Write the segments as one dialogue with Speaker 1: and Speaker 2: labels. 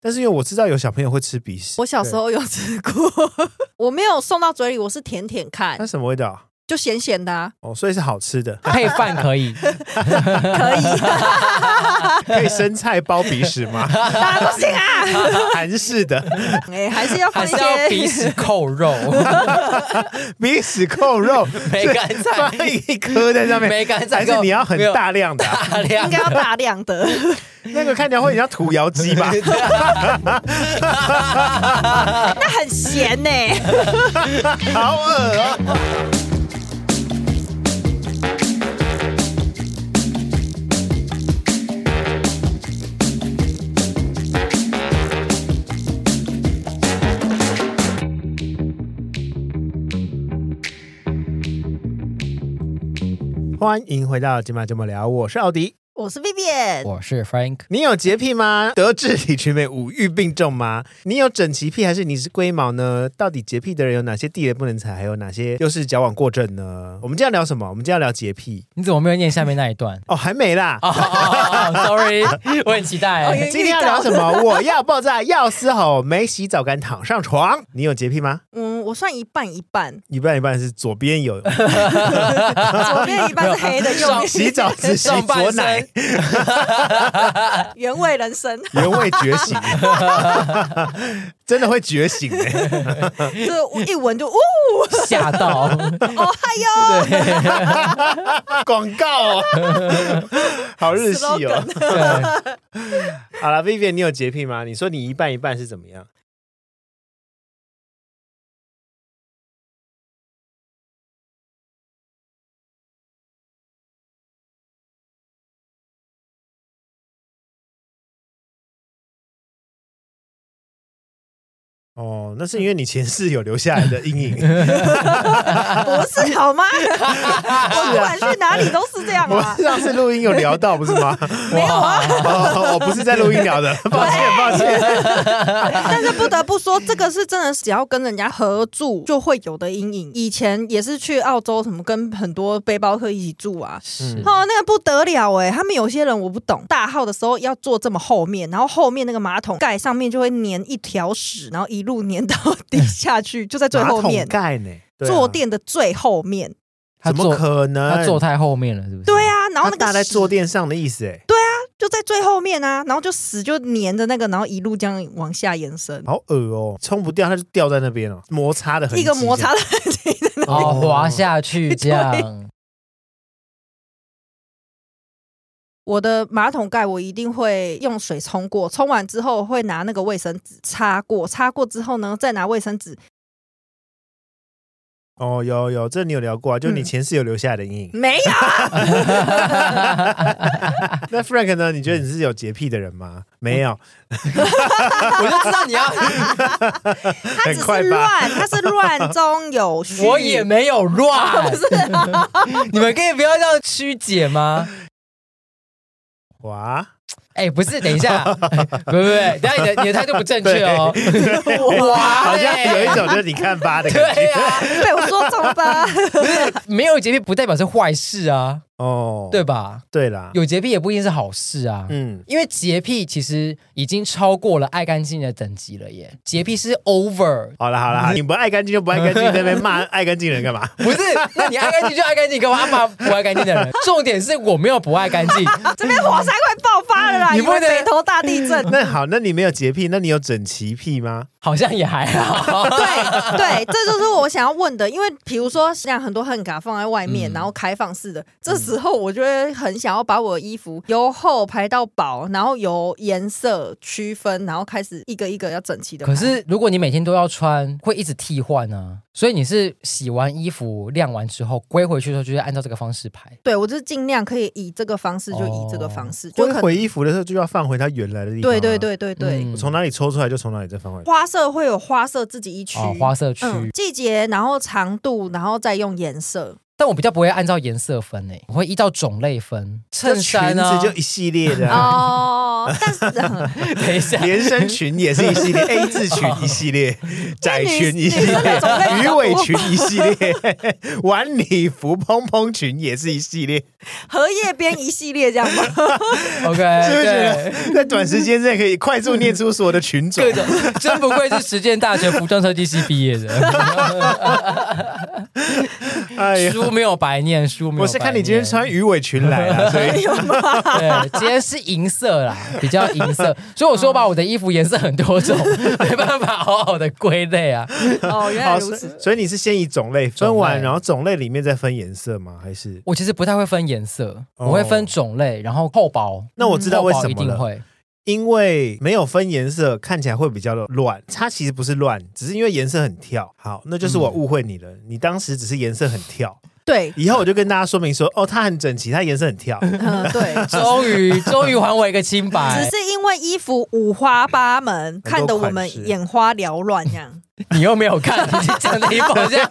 Speaker 1: 但是因为我知道有小朋友会吃鼻屎，
Speaker 2: 我小时候有吃过， 我没有送到嘴里，我是舔舔看
Speaker 1: 它，什么味道啊？
Speaker 2: 就咸咸的、啊，
Speaker 1: 哦，所以是好吃的，
Speaker 3: 配饭可 以，
Speaker 2: 可以，
Speaker 1: 可以生菜包鼻屎 吗？
Speaker 2: 当然不行啊，
Speaker 1: 韩式的
Speaker 2: 哎、还是要放一
Speaker 3: 还是要鼻
Speaker 2: 些。
Speaker 3: 屎扣 肉，
Speaker 1: 鼻屎扣肉，
Speaker 3: 梅干
Speaker 1: 放
Speaker 3: 菜，
Speaker 1: 一颗在上面，
Speaker 3: 梅干菜
Speaker 1: 还
Speaker 3: 够
Speaker 1: 是你要很
Speaker 3: 没有
Speaker 1: 大量 的啊、
Speaker 3: 大量
Speaker 2: 应该要大量的，
Speaker 1: 那个看起来会很像土窑鸡 吧？
Speaker 2: 那很咸呢、
Speaker 1: 好恶啊！欢迎回到今晚这么聊，我是奥迪。
Speaker 2: 我是 Vivian，
Speaker 3: 我是 Frank，
Speaker 1: 你有洁癖吗？德智体群美五欲并重吗？你有整齐癖还是你是龟毛呢？到底洁癖的人有哪些地雷不能踩，还有哪些又是矫枉过正呢？我们今天要聊什么？我们今天要聊洁癖
Speaker 3: 你怎么没有念下面那一 段？
Speaker 1: 哦，还没啦。
Speaker 3: 哦哦哦哦，sorry，我 很期待 欸。
Speaker 1: 今天要聊什么？我要爆炸，要嘶吼，没洗澡敢躺上床。你有洁癖吗？
Speaker 2: 嗯，我算一半一半，
Speaker 1: 一半一半是左边 有
Speaker 2: 左边一半是黑的，右边
Speaker 1: 洗澡只洗
Speaker 3: 上半
Speaker 1: 左奶
Speaker 3: 身，
Speaker 2: 原味人生，
Speaker 1: 原味觉醒， 真的会觉醒哎、
Speaker 2: 就一闻就呜，
Speaker 3: 吓 到，
Speaker 2: 哦嗨 哟，
Speaker 1: 广 告、哦， 好日系哦。
Speaker 3: 对，
Speaker 1: 好了，Vivian，你有洁癖吗？你说你一半一半是怎么样？哦，那是因为你前世有留下来的阴影。
Speaker 2: 嗯 不是好吗？ 我不管去哪里都是这样
Speaker 1: 我
Speaker 2: 啊
Speaker 1: 们。上次录音有聊到，不是 吗？
Speaker 2: 没有啊，
Speaker 1: 哦，我不是在录音聊的，抱歉，抱歉。
Speaker 2: 但是不得不说，这个是真的，只要跟人家合住就会有的阴影。以前也是去澳洲，什么跟很多背包客一起住啊，
Speaker 3: 是
Speaker 2: 哦，那个不得了哎、他们有些人我不懂，大号的时候要坐这么后面，然后后面那个马桶盖上面就会粘一条屎，然后一路粘到底下去，就在最后面
Speaker 1: 马桶盖呢？对啊
Speaker 2: 坐垫的最后面。
Speaker 3: 他
Speaker 1: 怎么
Speaker 3: 坐
Speaker 1: 可能？
Speaker 3: 他坐太后面了，是不是？
Speaker 2: 对，啊，然后那
Speaker 1: 他搭
Speaker 2: 个
Speaker 1: 在
Speaker 2: 屎
Speaker 1: 坐垫上的意思，哎，
Speaker 2: 就在最后面啊，然后就屎就粘着那个，然后一路这样往下延伸，
Speaker 1: 好恶哦，冲不掉，它就掉在那边哦，摩擦的痕迹
Speaker 2: 一个摩擦的 痕迹。
Speaker 3: 哦，滑下去这样，
Speaker 2: 我的马桶盖我一定会用水冲过，冲完之后会拿那个卫生纸擦过，擦过之后呢，再拿卫生纸。
Speaker 1: 这样。哦，有有，这你有聊过啊，就你
Speaker 2: 嗯
Speaker 1: 前世有留下来的阴影。
Speaker 2: 没有，
Speaker 1: 那 Frank 呢？你觉得你是有洁癖的人吗？
Speaker 2: 嗯
Speaker 1: 没有，
Speaker 3: 我就知道你要，
Speaker 2: 它只
Speaker 1: 很
Speaker 2: 是
Speaker 1: 快吧
Speaker 2: 乱，它是乱中 有序。
Speaker 3: 我也没有乱， 不是？啊你们可以不要这样曲解吗？
Speaker 1: 哇，
Speaker 3: 哎，不是，等一下， 不不不，等一下你的你的态度不正确哦， 哇，
Speaker 1: 好像有一种就是你看吧的感
Speaker 3: 对
Speaker 1: 觉。
Speaker 3: 啊，
Speaker 2: 被我说中了 吧？
Speaker 3: 没有洁癖不代表是坏事啊，
Speaker 1: 哦，
Speaker 3: 对吧？
Speaker 1: 对啦，
Speaker 3: 有洁癖也不一定是好事啊。
Speaker 1: 嗯，
Speaker 3: 因为洁癖其实已经超过了爱干净的等级了耶，洁癖是 over，
Speaker 1: 好啦好啦，
Speaker 2: 嗯
Speaker 1: 你不爱干净就不爱干净，在那边骂爱干净的人干嘛？。
Speaker 3: 不是？那你爱干净就爱干净，干嘛骂不爱干净的人？重点是我没有不爱干净，
Speaker 2: 这边火山快爆发了啦！
Speaker 3: 你
Speaker 2: 因为
Speaker 3: 不能
Speaker 2: 北投大地震
Speaker 1: 那好，那你没有洁癖，那你有整齐癖吗？
Speaker 3: 好像也还好。
Speaker 2: 对对，这就是我想要问的，因为比如说像很多横卡放在外面，
Speaker 3: 嗯
Speaker 2: 然后开放式的，这时候我就会很想要把我的衣服由厚排到薄，然后由颜色区分，然后开始一个一个要整齐的。
Speaker 3: 可是如果你每天都要穿，会一直替换啊。所以你是洗完衣服晾完之后归回去的时候，就是按照这个方式排。
Speaker 2: 对我就是尽量可以以这个方式就以这个方式，就
Speaker 1: 归
Speaker 2: 可能
Speaker 1: 哦回衣服的时候就要放回它原来的地方、
Speaker 2: 对对，对对对，
Speaker 3: 嗯
Speaker 1: 我从哪里抽出来就从哪里再放回来。
Speaker 2: 花色
Speaker 1: 哦
Speaker 2: 会有花色自己一区，嗯
Speaker 3: 哦，花色 区。
Speaker 2: 嗯，季节，然后长度，然后再用颜色。
Speaker 3: 但我比较不会按照颜色分诶、我会依照种类分，衬衫啊
Speaker 1: 就裙，子就一系列的啊、
Speaker 2: 哦，但是
Speaker 3: 等一 下，
Speaker 1: 连身裙也是一 系列，A 字裙一系列，窄裙一系
Speaker 2: 嗯女生
Speaker 1: 列
Speaker 2: 的种类，比
Speaker 1: 鱼
Speaker 2: 较
Speaker 1: 尾
Speaker 2: 多
Speaker 1: 裙一系列， 晚礼服蓬蓬裙也是一系 列，
Speaker 2: 荷叶边一系列这样 吗？
Speaker 3: OK，
Speaker 1: 是不是觉
Speaker 3: 对，
Speaker 1: 得在短时间内可以快速念出所有的裙种
Speaker 3: 各？种真不愧是实践大学服装设计系毕业的，
Speaker 1: 哎呀，
Speaker 3: 书没有白念，书没有白念。
Speaker 1: 我是看你今天穿鱼尾裙来 了，所以
Speaker 2: 有吗？
Speaker 3: 对，今天是银色啦，比较银色，所以我说吧，我的衣服颜色很多种， 没办法好好的归类啊。
Speaker 2: 哦，原来
Speaker 1: 好，
Speaker 2: 如
Speaker 1: 所以
Speaker 2: 此。
Speaker 1: 所以你是先以种类分
Speaker 3: 种
Speaker 1: 完，
Speaker 3: 类
Speaker 1: 然后种类里面再分颜色吗？还是？
Speaker 3: 我其实不太会分颜色，
Speaker 1: 哦
Speaker 3: 我会分种类，然后厚薄。
Speaker 1: 那我知道
Speaker 3: 厚
Speaker 1: 为
Speaker 3: 薄
Speaker 1: 什
Speaker 3: 嗯一
Speaker 1: 么
Speaker 3: 定
Speaker 1: 了，
Speaker 3: 会，
Speaker 1: 因为没有分颜色，看起来会比较的乱。它其实不是乱，只是因为颜色很跳。好，那就是我误会你了，你当时只是颜色很跳。
Speaker 2: 对，
Speaker 1: 以后我就跟大家说明说，哦，它很整齐，它颜色很 跳。
Speaker 2: 嗯， 对，
Speaker 1: 哎
Speaker 3: 终于终于还我一个清
Speaker 2: 只
Speaker 3: 白。
Speaker 2: 是因为衣服五花八门，
Speaker 1: 多
Speaker 2: 看得我
Speaker 1: 款式
Speaker 2: 们眼花缭乱这 样。
Speaker 3: 你又没有看，你就讲的一副好像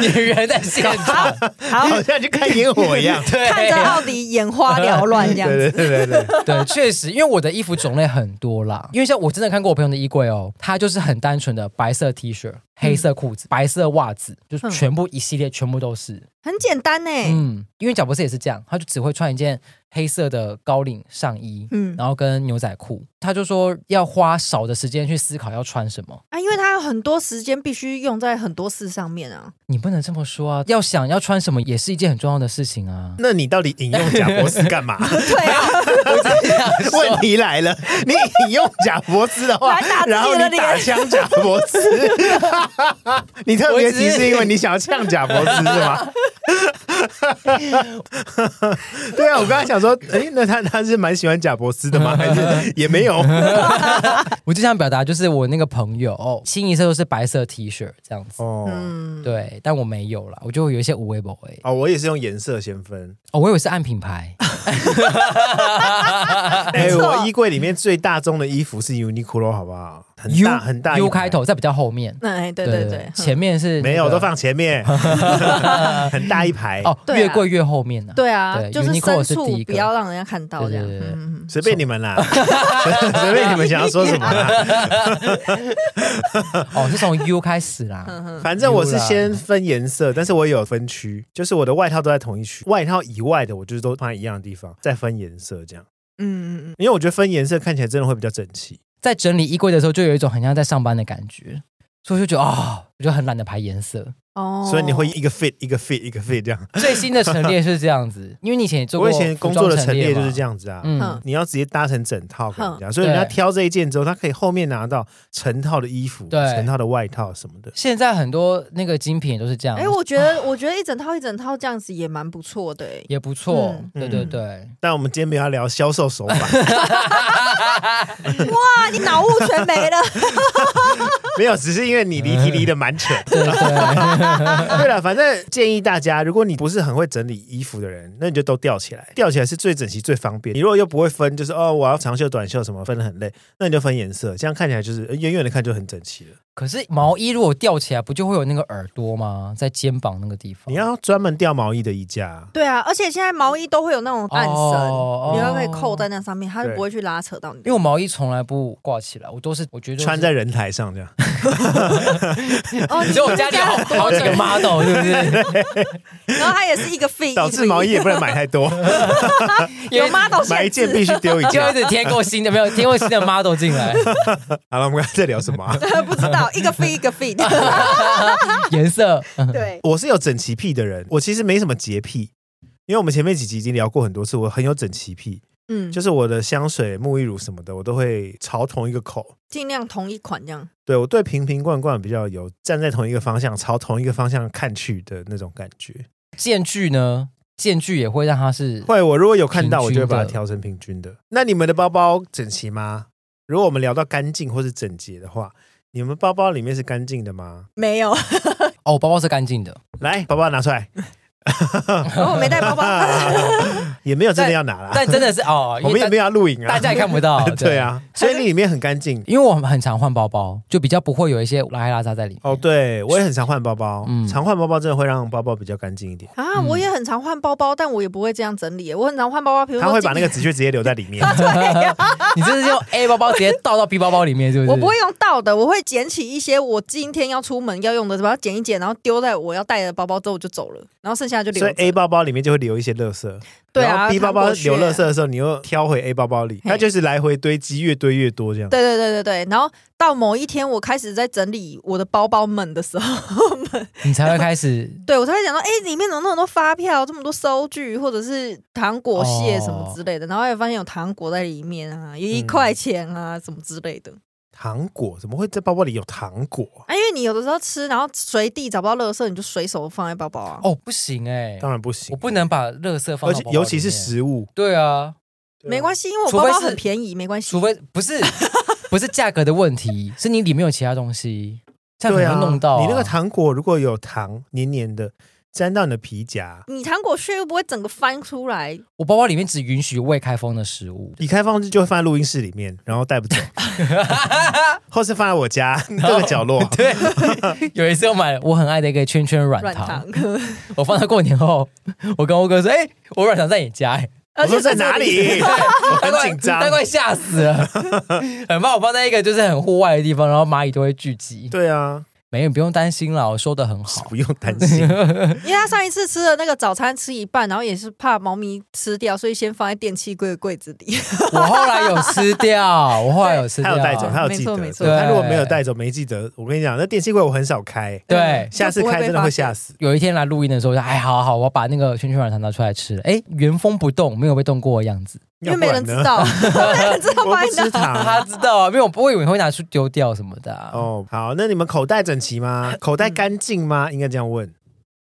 Speaker 3: 女人在 现
Speaker 2: 好
Speaker 3: 场。，。
Speaker 2: 好，
Speaker 1: 好像去看烟火一样
Speaker 3: 对，
Speaker 2: 看着奥迪眼花缭乱 这样子。
Speaker 1: 对对对对对，。
Speaker 3: 对，确实，因为我的衣服种类很多啦。因为像我真的看过我朋友的衣柜哦，它就是很单纯的白色 T 恤、黑色裤子、白色袜子，就是
Speaker 2: 嗯
Speaker 3: 全部一系列全部都是。
Speaker 2: 很简单呢、
Speaker 3: 嗯，因为贾博士也是这样，他就只会穿一件黑色的高领上衣，
Speaker 2: 嗯
Speaker 3: 然后跟牛仔裤。他就说要花少的时间去思考要穿什么。
Speaker 2: 啊，因为它有很多时间必须用在很多事上面啊。
Speaker 3: 你不能这么说啊！要想要穿什么也是一件很重要的事情啊
Speaker 1: 那你到底引用贾博士干嘛？
Speaker 2: 对啊，
Speaker 1: 问题来了，你引用贾博士的话
Speaker 2: 来打，自己的
Speaker 1: 然后你打枪贾博 士，你特别急是因为你想要呛贾博士是吗？ 对啊，我刚才想说，哎，那他他是蛮喜欢贾博士的 吗？还是也没有？
Speaker 3: 我就想表达就是我那个朋友，哦，清一色都是白色 T 恤这样子。
Speaker 1: 哦
Speaker 2: 嗯，
Speaker 3: 对，但我没有啦，我就有一些无微不微。
Speaker 1: 哦，我也是用颜色先分。
Speaker 3: 哦，我以为是按品牌，
Speaker 1: 哎，
Speaker 2: 啊错
Speaker 1: 我衣柜里面最大宗的衣服是 Uniqlo，好不好？很
Speaker 3: U-
Speaker 1: 大很大一
Speaker 3: U
Speaker 1: 排
Speaker 3: 开，头，在比较后面。
Speaker 2: 那哎，对对对，
Speaker 3: 前
Speaker 2: 嗯
Speaker 3: 面是
Speaker 1: 没
Speaker 3: 那
Speaker 1: 有
Speaker 3: 个
Speaker 1: 都放前面， 很大一排
Speaker 3: 哦，
Speaker 2: 对啊
Speaker 3: 越贵越后面呢。
Speaker 2: 对啊，
Speaker 3: 对
Speaker 2: 就是深
Speaker 3: Uniqlo 是
Speaker 2: 处
Speaker 3: 第一个
Speaker 2: 不要让人家看到这样。
Speaker 3: 对对对对
Speaker 2: 嗯，嗯嗯
Speaker 1: 随便你们啦， 随便你们想要说什么啦，
Speaker 3: 哦，是从 U 开始 啦。
Speaker 2: 嗯嗯
Speaker 1: 反正我是先分颜色，但是我也有分区，就是我的外套都在同一区，外套以外的我就是都放在一样的地方，再分颜色这样，
Speaker 2: 嗯嗯
Speaker 1: 因为我觉得分颜色看起来真的会比较整齐。
Speaker 3: 在整理衣柜的时候，就有一种很像在上班的感觉，所以我就觉得啊、我就很懒得排颜 色。
Speaker 2: 嗯，哦，
Speaker 1: 所以你会一个 fit 一个 fit 一个 fit 这样。
Speaker 3: 最新的陈列是这样子，因为你以前也做过
Speaker 1: 我以前工作的陈列就是这
Speaker 3: 样，
Speaker 1: 样子啊，
Speaker 3: 嗯
Speaker 2: 嗯，
Speaker 1: 你要直接搭成整套给人家，所以
Speaker 3: 对
Speaker 1: 人家挑这一件之后，他可以后面拿到成套的衣服、
Speaker 3: 对
Speaker 1: 成套的外套什么的。
Speaker 3: 现在很多那个精品也都是这样，
Speaker 2: 哎，我觉得我觉得一整套一整套这样子也蛮不错的 欸。
Speaker 3: 也不错，
Speaker 2: 嗯
Speaker 3: 对对对，
Speaker 1: 但我们今天没有要聊销售手法，
Speaker 2: 哇，你脑雾全没了。
Speaker 1: 没有，只是因为你离题离的蛮扯。
Speaker 3: 对对，
Speaker 1: 对了，反正建议大家，如果你不是很会整理衣服的人，那你就都吊起来，吊起来是最整齐、最方便。你如果又不会分，就是哦，我要长袖、短袖什么，分的很累，那你就分颜色，这样看起来就是呃远远的看就很整齐了。
Speaker 3: 可是毛衣如果吊起来，不就会有那个耳朵吗？在肩膀那个地方，
Speaker 1: 你要专门吊毛衣的衣架，
Speaker 2: 对啊，而且现在毛衣都会有那种暗绳，
Speaker 3: 哦
Speaker 2: 你
Speaker 3: 哦
Speaker 2: 又可以扣在那上面，它就不会去拉扯到你的。
Speaker 3: 因为我毛衣从来不挂起来，我都是我觉得
Speaker 1: 穿在。人台上这样。
Speaker 2: 哦，
Speaker 3: 你知道我家 里好好几个 model 是不是？
Speaker 2: 然后它也是一个 fit，
Speaker 1: 导致毛衣也不能买太多，
Speaker 2: 有 model
Speaker 1: 买一件
Speaker 2: 限制，
Speaker 1: 必须丢一
Speaker 3: 就一
Speaker 1: 件。
Speaker 3: 直添购新的，没有添购新的 model 进来，
Speaker 1: 好了，我们刚才在聊什 么啊、
Speaker 2: 不知道一个 fit 一个 fit，
Speaker 3: 颜色 呃
Speaker 2: 对，
Speaker 1: 我是有整齐癖的人，我其实没什么洁癖，因为我们前面几集已经聊过很多次，我很有整齐癖，
Speaker 2: 嗯，
Speaker 1: 就是我的香水、沐浴乳什么的，我都会朝同一个口。
Speaker 2: 尽量同一款这样。
Speaker 1: 对我对瓶瓶罐罐比较有站在同一个方向，朝同一个方向看去的那种感觉。
Speaker 3: 间距呢？间距也会让它是
Speaker 1: 会，我如果有看到，我
Speaker 3: 平
Speaker 1: 就
Speaker 3: 均的
Speaker 1: 会把它调成平均的。那你们的包包整齐吗？如果我们聊到干净或是整洁的话，你们包包里面是干净的吗？
Speaker 2: 没有，
Speaker 3: 哦，包包是干净的，
Speaker 1: 来，包包拿出来。
Speaker 2: 啊 我没带包包。
Speaker 1: 啊也没有真的要拿啦。
Speaker 3: 但真的是哦，因
Speaker 1: 我
Speaker 3: 为
Speaker 1: 们也没有要录影啊，，
Speaker 3: 大家也看不到
Speaker 1: 对。啊，所以你里面很干 净。
Speaker 3: 因为我很常换包包，就比较不会有一些拉黑拉杂在 里面。
Speaker 1: 哦，对，我也很常换包包，
Speaker 3: 嗯
Speaker 1: 常换包包真的会让包包比较干净一点。
Speaker 2: 啊，我也很常换包包，但我也不会这样整理。我很常换包包，比如说
Speaker 1: 他会把那
Speaker 2: 今
Speaker 1: 个纸屑直接留在里面。
Speaker 3: 你这是用 A 包包直接倒到 B 包包里面，是
Speaker 2: 天
Speaker 3: 不是？
Speaker 2: 我不会用到的，我会捡起一些我今天要出门要用的，把它捡一捡，然后丢在我要带的包包之后我就走了，然后剩下就留
Speaker 1: 所
Speaker 2: 着
Speaker 1: 以。A 包包里面就会留一些垃圾，
Speaker 2: 对
Speaker 1: 然
Speaker 2: 啊
Speaker 1: 后 B 包包留垃圾。
Speaker 2: 糖果屑
Speaker 1: 的时候，你又挑回 A 包包里，
Speaker 2: 嘿
Speaker 1: 它就是来回堆积，越堆越多这样。
Speaker 2: 对对对对对，然后到某一天我开始在整理我的包包们的时候，
Speaker 3: 你才会开始
Speaker 2: 对我才会想到，哎、里面怎么那么多发票，这么多收据，或者是糖果屑
Speaker 3: 哦
Speaker 2: 什么之类的，然后也发现有糖果在里面啊，有一块钱啊、什么之类的。
Speaker 1: 糖果怎么会在包包里有糖果？
Speaker 2: 啊，因为你有的时候吃，然后随地找不到垃圾，你就随手放在包包啊。
Speaker 3: 哦，不行哎、
Speaker 1: 当然不行，
Speaker 3: 我不，能把垃圾放
Speaker 1: 而
Speaker 3: 到包包里
Speaker 1: 且
Speaker 3: 面，
Speaker 1: 尤其是食物，
Speaker 3: 对啊，
Speaker 2: 没关系，因为我
Speaker 3: 除
Speaker 2: 包
Speaker 3: 非
Speaker 2: 包
Speaker 3: 是
Speaker 2: 很便宜，没关系
Speaker 3: 除。非不是 不是价格的问题，是你里面有其他东西，这样可能会弄到啊、
Speaker 1: 你那个糖果如果有糖黏黏的粘到你的皮夹，
Speaker 2: 你糖果屑又不会整个翻出来，
Speaker 3: 我包包里面只允许未开封的食物，
Speaker 1: 已开放就会放在录音室里面，然后带 不走，或是放在我家各个角落。
Speaker 3: 对，有一次我买我很爱的一个圈圈软
Speaker 2: 软
Speaker 3: 糖
Speaker 2: 糖，，
Speaker 3: 我放到过年后， 我跟欧哥说，哎、我软糖在你家、哎，
Speaker 1: 我
Speaker 2: 而
Speaker 1: 说在
Speaker 2: 且
Speaker 1: 哪里？
Speaker 3: 他
Speaker 1: 我
Speaker 3: 快
Speaker 1: 很紧张
Speaker 3: 他。快吓死了， 很怕我放在一个就是很户外的地方，然后蚂蚁都会聚集。
Speaker 1: 对 啊，
Speaker 3: 没有，你不用担心啦，我收的 很好。
Speaker 1: 不用担心。
Speaker 2: 因为他上一次吃的那个早餐吃一半，然后也是怕猫咪吃掉，所以先放在电器柜的柜子里。
Speaker 3: 我后来有吃掉，我后来有吃
Speaker 1: 他
Speaker 3: 掉，
Speaker 1: 有带走，他有记得。
Speaker 2: 没错没错
Speaker 1: 对他
Speaker 3: 啊对
Speaker 1: 如果没有带走，没记得，我跟你讲，那电器柜我很少开，
Speaker 3: 对，
Speaker 1: 下次开真的会吓死。
Speaker 3: 有一天来录音的时候，我说：“哎，好好好，我把那个圈圈软糖拿出来吃了。哎，原封不动，没有被动过的样子。
Speaker 2: 因
Speaker 1: 要不
Speaker 2: 为没
Speaker 1: 然
Speaker 2: 人知
Speaker 1: 呢？
Speaker 2: 道， 没人知道
Speaker 1: 我
Speaker 2: 放
Speaker 1: 不
Speaker 2: 在
Speaker 1: 吃
Speaker 2: 哪。
Speaker 1: 糖。
Speaker 3: 他知道啊，因为我不会以为会拿去丢掉什么的、啊。
Speaker 1: 哦，好，那你们口袋整齐 吗？口袋干净吗？应该这样问，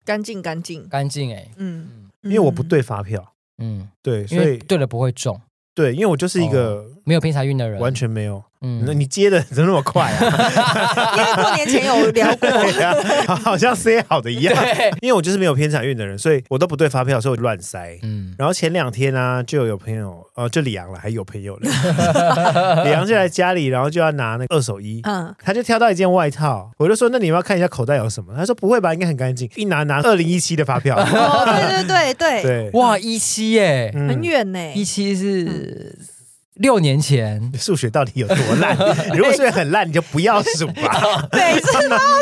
Speaker 2: 干净干净，
Speaker 3: 干净哎、
Speaker 2: 嗯，
Speaker 1: 因为我不对发票，
Speaker 3: 嗯，
Speaker 1: 对，所
Speaker 3: 因为
Speaker 1: 以
Speaker 3: 对了不会中，
Speaker 1: 对，因为我就是一个
Speaker 3: 没有偏财运的人，
Speaker 1: 完全没有。
Speaker 3: 嗯
Speaker 1: 那你接的 怎么那么快啊？
Speaker 2: 因为过嗯年前有聊过，
Speaker 1: 对啊，好好像塞好的一样。
Speaker 3: 对，
Speaker 1: 因为我就是没有偏财运的人，所以我都不对发票，所以我乱塞。
Speaker 3: 嗯，
Speaker 1: 然后前两天呢、就有朋友，呃，就李阳了，还有朋友了。李阳就来家里，然后就要拿那个二手衣，
Speaker 2: 嗯，
Speaker 1: 他就挑到一件外套，我就说：“那你要不要看一下口袋有什么？”他说：“不会吧，应该很干净。”一拿拿二零一七的发 票，
Speaker 2: 哦，对对对对，
Speaker 1: 对，
Speaker 3: 哇，一七耶，
Speaker 1: 嗯
Speaker 2: 哎很远呢、
Speaker 3: 一七是六 年前，
Speaker 1: 数学到底有多 烂？如果数学很烂，你就不要数吧。
Speaker 2: 每次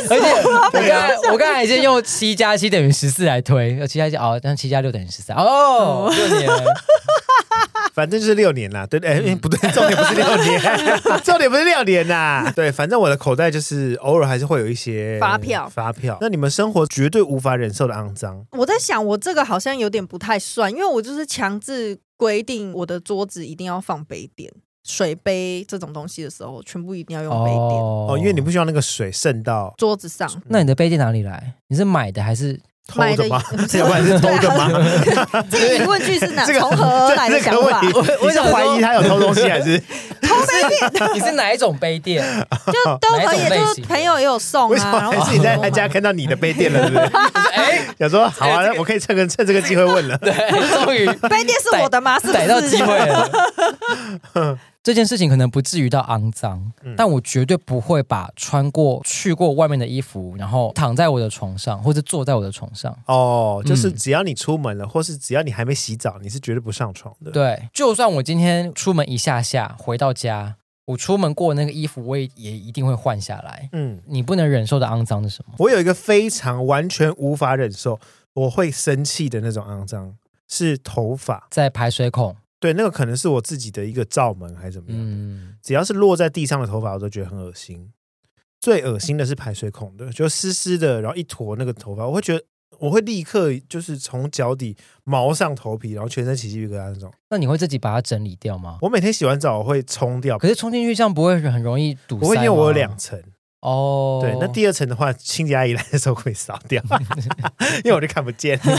Speaker 3: 而且
Speaker 1: 啊
Speaker 3: 我刚才我刚才先用七加七等于十四来推，呃七加七哦，但七加六等于十三哦，六 年，
Speaker 1: 反正就是六年啦，对，哎、
Speaker 2: 嗯
Speaker 1: 不对，重点不是六 年，重点不是六年呐。对，反正我的口袋就是偶尔还是会有一些
Speaker 2: 发票
Speaker 1: 发票。那你们生活绝对无法忍受的肮脏，
Speaker 2: 我在想，我这个好像有点不太算，因为我就是强制规定我的桌子一定要放杯垫、水杯这种东西的时候，全部一定要用杯垫。
Speaker 1: 哦，因为你不希望那个水渗到
Speaker 2: 桌子上
Speaker 3: 那你的杯垫哪里来？你是买的还是
Speaker 1: 偷的吗
Speaker 2: 买？的
Speaker 1: 要 不然是偷的吗？
Speaker 2: 这个疑问句是哪
Speaker 1: 这个
Speaker 2: 从何而来的
Speaker 1: 这
Speaker 2: 想
Speaker 1: 个问
Speaker 2: 法
Speaker 1: 题？，
Speaker 3: 我
Speaker 1: 你是
Speaker 3: 想说
Speaker 1: 怀疑他有偷东西还 是？
Speaker 3: 你是哪一种杯 垫？
Speaker 2: 就都可以，
Speaker 3: 哪一种类型的
Speaker 2: 就是朋友也有送
Speaker 1: 为什
Speaker 2: 啊，
Speaker 1: 么
Speaker 2: 然后
Speaker 1: 还是你在他家看到你的杯垫了，是不 是？
Speaker 3: 哎，
Speaker 1: 想说好啊
Speaker 3: 这，个
Speaker 1: 我可以趁个趁这个机会 问了。
Speaker 3: 终于
Speaker 2: 杯垫是我的吗？是不
Speaker 3: 逮到
Speaker 2: 是
Speaker 3: 机？会了。 这件事情可能不至于到肮脏，
Speaker 1: 嗯
Speaker 3: 但我绝对不会把穿过去过外面的衣服，然后躺在我的床上或者坐在我的床上。
Speaker 1: 哦，就是
Speaker 3: 嗯
Speaker 1: 只要你出门了，或是只要你还没洗澡，你是绝对不上床的。
Speaker 3: 对，就算我今天出门一下下回到家，我出门过那个衣服，我也也一定会换下来。
Speaker 1: 嗯，
Speaker 3: 你不能忍受的肮脏是什么？
Speaker 1: 我有一个非常完全无法忍受，我会生气的那种肮脏是头发。
Speaker 3: 在排水孔，
Speaker 1: 对，那个可能是我自己的一个罩门还是怎么样，
Speaker 3: 嗯，
Speaker 1: 只要是落在地上的头发，我都觉得很恶心。最恶心的是排水孔的，就湿湿的，然后一坨那个头发，我会觉得我会立刻就是从脚底毛上头皮，然后全身起鸡皮疙瘩那种。
Speaker 3: 那你会自己把它整理掉吗？
Speaker 1: 我每天洗完澡我会冲掉，
Speaker 3: 可是冲进去这样不会很容易堵塞
Speaker 1: 不会因为我有
Speaker 3: 吗
Speaker 1: 两层。
Speaker 3: 哦，
Speaker 1: 对，那第二层的话，清洁阿姨来的时候会扫 掉，因为我就看不见。
Speaker 2: 在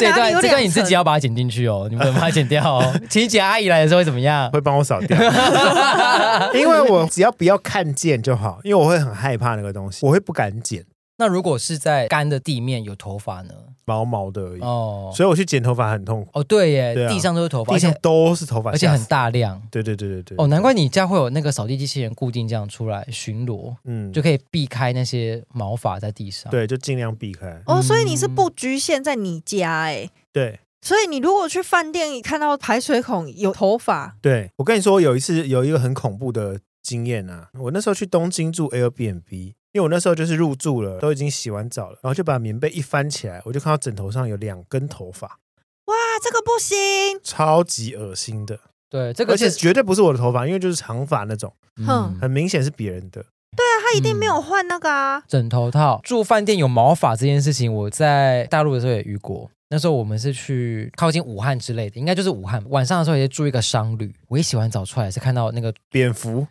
Speaker 3: 这
Speaker 2: 哪里有
Speaker 3: 段这段
Speaker 2: 两
Speaker 3: 你自己
Speaker 2: 层？
Speaker 3: 要把它剪进去哦，你不能把它剪掉 哦。请姐阿姨来的时候会怎么样？
Speaker 1: 会帮我扫掉， 因为我只要不要看见就好，因为我会很害怕那个东西，我会不敢剪。
Speaker 3: 那如果是在干的地面有头发呢？
Speaker 1: 毛毛的而已。
Speaker 3: 哦
Speaker 1: 所以我去剪头发很痛苦，
Speaker 3: 哦，对耶，
Speaker 1: 对啊
Speaker 3: 地上都是头发，
Speaker 1: 地
Speaker 3: 哦而
Speaker 1: 上
Speaker 3: 且
Speaker 1: 都是头发，
Speaker 3: 而且
Speaker 1: 吓
Speaker 3: 很
Speaker 1: 死。
Speaker 3: 大量。
Speaker 1: 对对对对对。
Speaker 3: 哦，难怪你家会有那个扫地机器人固定这样出来巡逻，
Speaker 1: 嗯，
Speaker 3: 就可以避开那些毛发在地上。，
Speaker 1: 对，就尽量避开。
Speaker 2: 哦，所以你是不局限在你家哎、
Speaker 1: 对
Speaker 2: 所以你如果去饭店看到排水孔有头发，
Speaker 1: 对，我跟你说，有一次有一个很恐怖的经验啊，我那时候去东京住 Airbnb。因为我那时候就是入住了，都已经洗完澡了，然后就把棉被一翻起来，我就看到枕头上有两根头发，
Speaker 2: 哇，这个不行，
Speaker 1: 超级恶心的，
Speaker 3: 对，这
Speaker 1: 而
Speaker 3: 个
Speaker 1: 且
Speaker 3: 是，嗯
Speaker 1: 绝对不是我的头发，因为就是长发那种，
Speaker 2: 哼
Speaker 1: 很明显是别人的。
Speaker 2: 他一定没有换那个啊。
Speaker 3: 枕头套。住饭店有毛发这件事情，我在大陆的时候也遇过。那时候我们是去靠近武汉之类的，应该就是武汉。晚上的时候也住一个商旅，我一洗完澡出来是看到那个
Speaker 1: 蝙蝠，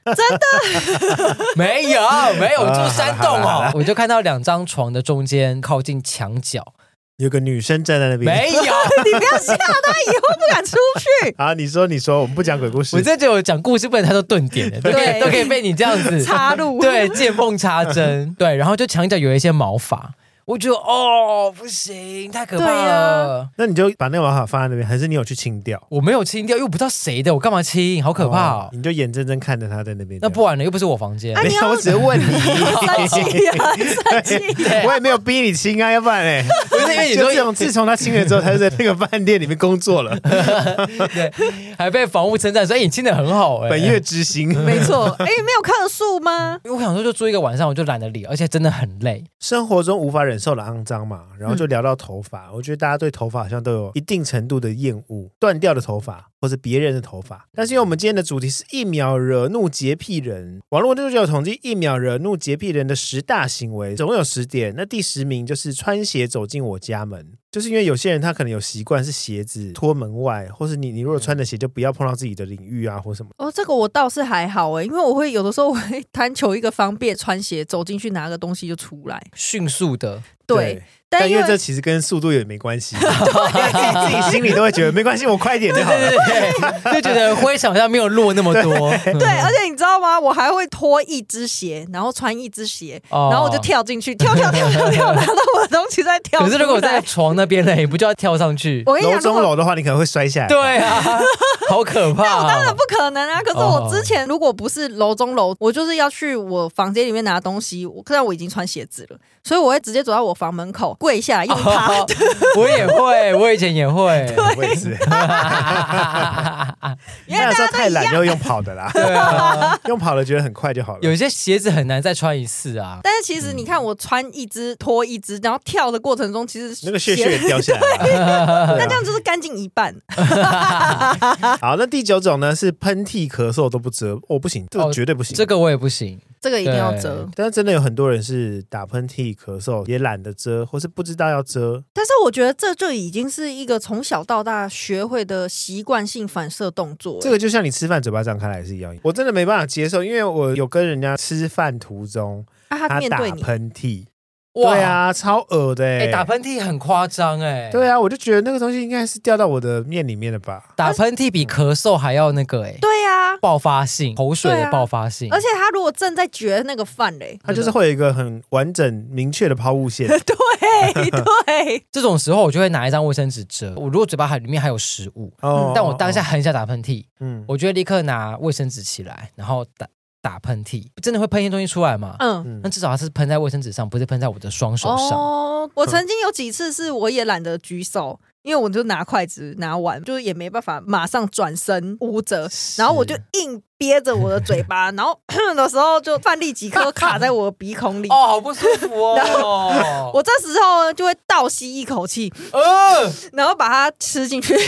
Speaker 3: 没有没有
Speaker 1: 啊
Speaker 3: 住山洞哦，我就看到两张床的中间靠近墙角，
Speaker 1: 有个女生站在那边。。
Speaker 3: 没有。
Speaker 2: 你不要吓他，以后不敢出去
Speaker 1: 好，啊你说，你说，我们不讲鬼故事。
Speaker 3: 我真的觉得我讲故事不能太多顿点的，都可以
Speaker 2: 对
Speaker 3: 都可以被你这样子
Speaker 2: 插入
Speaker 3: 对，见缝插针，对，然后就墙角有一些毛发，我觉得哦不行，太可怕了。
Speaker 1: 那你就把那个毛发放在那边，还是你有去清掉？
Speaker 3: 我没有清掉，又不知道谁的，我干嘛清？好可怕哦！
Speaker 1: 你就眼睁睁看着他在那边。
Speaker 3: 那不然呢？又不是我 房间
Speaker 2: 啊。
Speaker 1: 没
Speaker 2: 你
Speaker 1: 有，
Speaker 2: 要
Speaker 1: 我只是问 你，
Speaker 2: 生气 啊！生气！
Speaker 1: 我也没有逼你亲啊，要不然嘞，
Speaker 3: 不是因为你
Speaker 1: 就
Speaker 3: 说
Speaker 1: 这种，自从他亲了之后，他就在那个饭店里面工作了，
Speaker 3: 对， 还被房屋称赞，所以你清的很好哎、
Speaker 1: 本月之星。
Speaker 2: 没错，哎，没有客诉吗？
Speaker 3: 因为我想说就住一个晚上，我就懒得理，而且真的很累。
Speaker 1: 生活中无法忍受的肮脏嘛，然后就聊到头发，我觉得大家对头发好像都有一定程度的厌恶，断掉的头发或者别人的头发。但是因为我们今天的主题是一秒惹怒洁癖人，网络就有统计一秒惹怒洁癖人的十大行为，总共有十点。那第十名就是穿鞋走进我家门。就是因为有些人他可能有习惯是鞋子拖门外，或是你你如果穿的鞋就不要碰到自己的领域啊，或什么。
Speaker 2: 哦，这个我倒是还好哎，因为我会有的时候我会贪求一个方便，穿鞋走进去拿个东西就出来。
Speaker 3: 迅速的，
Speaker 2: 对，，
Speaker 1: 但因
Speaker 2: 因
Speaker 1: 为这
Speaker 2: 为
Speaker 1: 其实跟速度也没关系，因为自己自己心里都会觉得没关系，我快一点就好
Speaker 3: 对
Speaker 1: 了。
Speaker 3: 对对，就觉得挥想像没有落那么多，嗯
Speaker 2: 对，而且你知道吗？我还会脱一只鞋，然后穿一只鞋，
Speaker 3: 哦
Speaker 2: 然后我就。跳进去，跳跳跳跳跳，拿到我的东西再跳出
Speaker 3: 可
Speaker 2: 来。
Speaker 3: 是如果在床那边呢，你不就要跳上去？
Speaker 2: 我跟你
Speaker 1: 楼
Speaker 2: 讲，哎如
Speaker 1: 中
Speaker 2: 果
Speaker 1: 楼的话，你可能会摔下来。，
Speaker 3: 对啊，好可怕、哦！
Speaker 2: 不可能啊！可是我之前如果不是楼中楼，我就是要去我房间里面拿东西，我虽然我已经穿鞋子了，所以我会直接走到我房门口跪下来用它。
Speaker 3: 哦我也会，我以前也会。
Speaker 1: 我也是。
Speaker 2: 啊原来
Speaker 1: 那时候
Speaker 2: 大家
Speaker 1: 太
Speaker 2: 都一
Speaker 1: 懒，
Speaker 2: 样。
Speaker 1: 要用跑的 啦，
Speaker 3: 对啊，
Speaker 1: 用跑的觉得很快就好了。
Speaker 3: 有些鞋子很难再穿一次啊。
Speaker 2: 但是其实你看，我穿一只脱一只，然后跳的过程中，其实
Speaker 1: 那个 屑屑也掉下来了。
Speaker 2: 那这样就是干净一半。
Speaker 1: 啊好，那第九种呢是喷嚏、咳嗽都不遮，哦不行，这个
Speaker 3: 哦
Speaker 1: 绝对不行。
Speaker 3: 这个我也不行，
Speaker 2: 这个一定要遮。
Speaker 1: 但是真的有很多人是打喷嚏、咳嗽也懒得遮，或是不知道要遮。
Speaker 2: 但是我觉得这就已经是一个从小到大学会的习惯性反射动作。
Speaker 1: 这个就像你吃饭嘴巴张开来是一样，我真的没办法接受，因为我有跟人家吃饭途中
Speaker 2: 啊，他
Speaker 1: 他
Speaker 2: 面
Speaker 1: 打
Speaker 2: 对你，
Speaker 1: 喷嚏，
Speaker 3: 哇
Speaker 1: 对，啊，超恶的
Speaker 3: 哎、
Speaker 1: 欸
Speaker 3: 打喷嚏很夸张哎，
Speaker 1: 对啊，我就觉得那个东西应该是掉到我的面里面了吧。
Speaker 3: 打喷嚏比咳嗽还要那个哎、
Speaker 2: 对呀、啊，
Speaker 3: 爆发性口水
Speaker 2: 对啊
Speaker 3: 的爆发性，
Speaker 2: 而且他如果正在嚼那个饭嘞，
Speaker 1: 它就是会有一个很完整明确的抛物 线，
Speaker 2: 对对，
Speaker 3: 这种时候我就会拿一张卫生纸遮。我如果嘴巴还里面还有食物，
Speaker 1: 哦
Speaker 3: 但我当下，很想打喷嚏，
Speaker 1: 嗯，
Speaker 3: 我就会立刻拿卫生纸起来，然后打打喷嚏，真的会喷一些东西出来嘛？
Speaker 2: 嗯。
Speaker 1: 嗯
Speaker 3: 那至少它是喷在卫生纸上，不是喷在我的双手上。
Speaker 2: 哦，
Speaker 3: 嗯
Speaker 2: 我曾经有几次是我也懒得举手，因为我就拿筷子拿碗，就是也没办法马上转身捂着，然后我就硬憋着我的嘴 巴，然后 的时候就饭粒几颗卡在我鼻孔里。。
Speaker 3: 哦，好不舒服哦
Speaker 2: 我这时候呢就会倒吸一口气，
Speaker 3: 呃，
Speaker 2: 然后把它吃进去。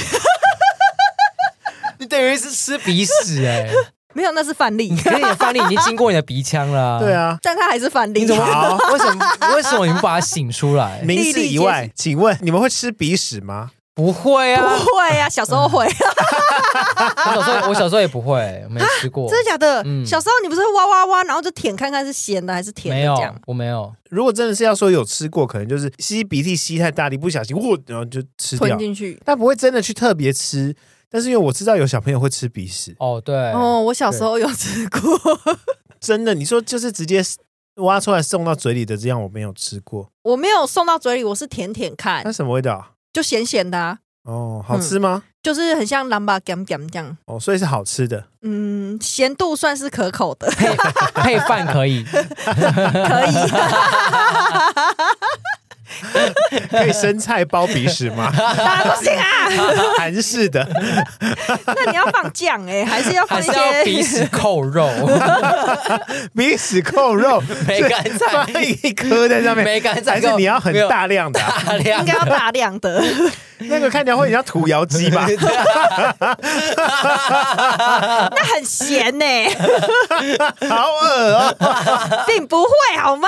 Speaker 3: 你等于是吃鼻屎 哎、
Speaker 2: 没有，那是饭 粒，
Speaker 3: 可是你的饭粒已经经过你的鼻腔了、
Speaker 1: 对，啊，
Speaker 2: 但它还是饭 粒
Speaker 3: 你。怎么 为什么为什么你不把它醒出来？
Speaker 1: 名字以
Speaker 2: 粒
Speaker 1: 外，请问你们会吃鼻屎吗？
Speaker 3: 不会
Speaker 2: 不
Speaker 3: 啊，
Speaker 2: 会啊，小时候会，
Speaker 3: 我小时候我小时候也不会，没吃过，
Speaker 2: 真的假的？
Speaker 3: 嗯
Speaker 2: 小时候你不是会哇哇哇，然后就舔看看是咸的还是甜
Speaker 3: 没
Speaker 2: 的
Speaker 3: 有
Speaker 2: 这样？，
Speaker 3: 我没有。
Speaker 1: 如果真的是要说有吃过，可能就是吸鼻涕吸太大力，不小心哇，然后就吃
Speaker 2: 吞
Speaker 1: 掉，
Speaker 2: 进去。
Speaker 1: 但不会真的去特别吃。但是因为我知道有小朋友会吃鼻屎，
Speaker 3: 哦，对，
Speaker 2: 哦，我小时候有吃过，
Speaker 1: 真的，你说就是直接挖出来送到嘴里的这样我没有吃过，
Speaker 2: 我没有送到嘴里，我是舔舔看
Speaker 3: 嗯
Speaker 1: 那，什么味道啊？
Speaker 2: 就咸咸的、啊，
Speaker 1: 哦，好吃吗？
Speaker 2: 就是很像蓝巴 gam gam 这样。
Speaker 1: 哦，所以是好吃的。
Speaker 2: 嗯，咸度算是可口 的，
Speaker 3: 配配饭 可以，
Speaker 2: 可以。
Speaker 1: 可以生菜包鼻屎吗？
Speaker 2: 当然不行啊，
Speaker 1: 韩式的，
Speaker 2: 那你要放酱 哎、还是要放
Speaker 3: 还
Speaker 2: 一
Speaker 3: 是要鼻
Speaker 2: 些？
Speaker 3: 屎扣肉，
Speaker 1: 鼻屎扣肉，
Speaker 3: 梅干
Speaker 1: 放
Speaker 3: 菜，
Speaker 1: 一颗在上面，
Speaker 3: 梅干菜
Speaker 1: 还
Speaker 3: 够，
Speaker 1: 是你要很
Speaker 3: 没有
Speaker 1: 大量的 啊、
Speaker 3: 大量
Speaker 2: 应该要大量的，
Speaker 1: 那个看起来会很像土窑鸡吧？
Speaker 2: 那很咸呢、
Speaker 1: 好恶哦、
Speaker 2: 并不会好吗？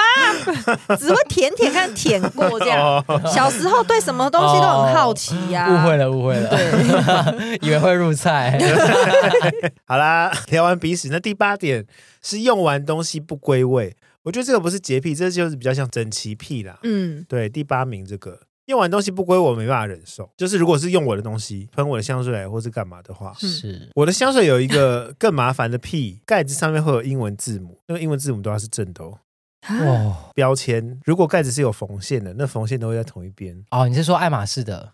Speaker 2: 只会舔舔看舔过这 样。
Speaker 1: 哦
Speaker 2: 小时候对什么东西都很好奇呀、
Speaker 3: 误会了，误会了， 以为会 入菜，
Speaker 1: 好啦，聊完鼻屎，那第八点是用完东西不归位。我觉得这个不是洁癖，这就是比较像整齐癖啦。
Speaker 2: 嗯，
Speaker 1: 对，第八名这个用完东西不归我没办法忍受，就是如果是用我的东西喷我的香水或是干嘛的话，
Speaker 3: 是
Speaker 1: 我的香水有一个 更麻烦的屁，盖子上面会有英文字母，那个英文字母都要是正的哦。
Speaker 2: 啊
Speaker 3: 哇
Speaker 1: 标签如果盖子是有缝线的，那缝线都会在同一边。
Speaker 3: 哦，你是说爱马仕的？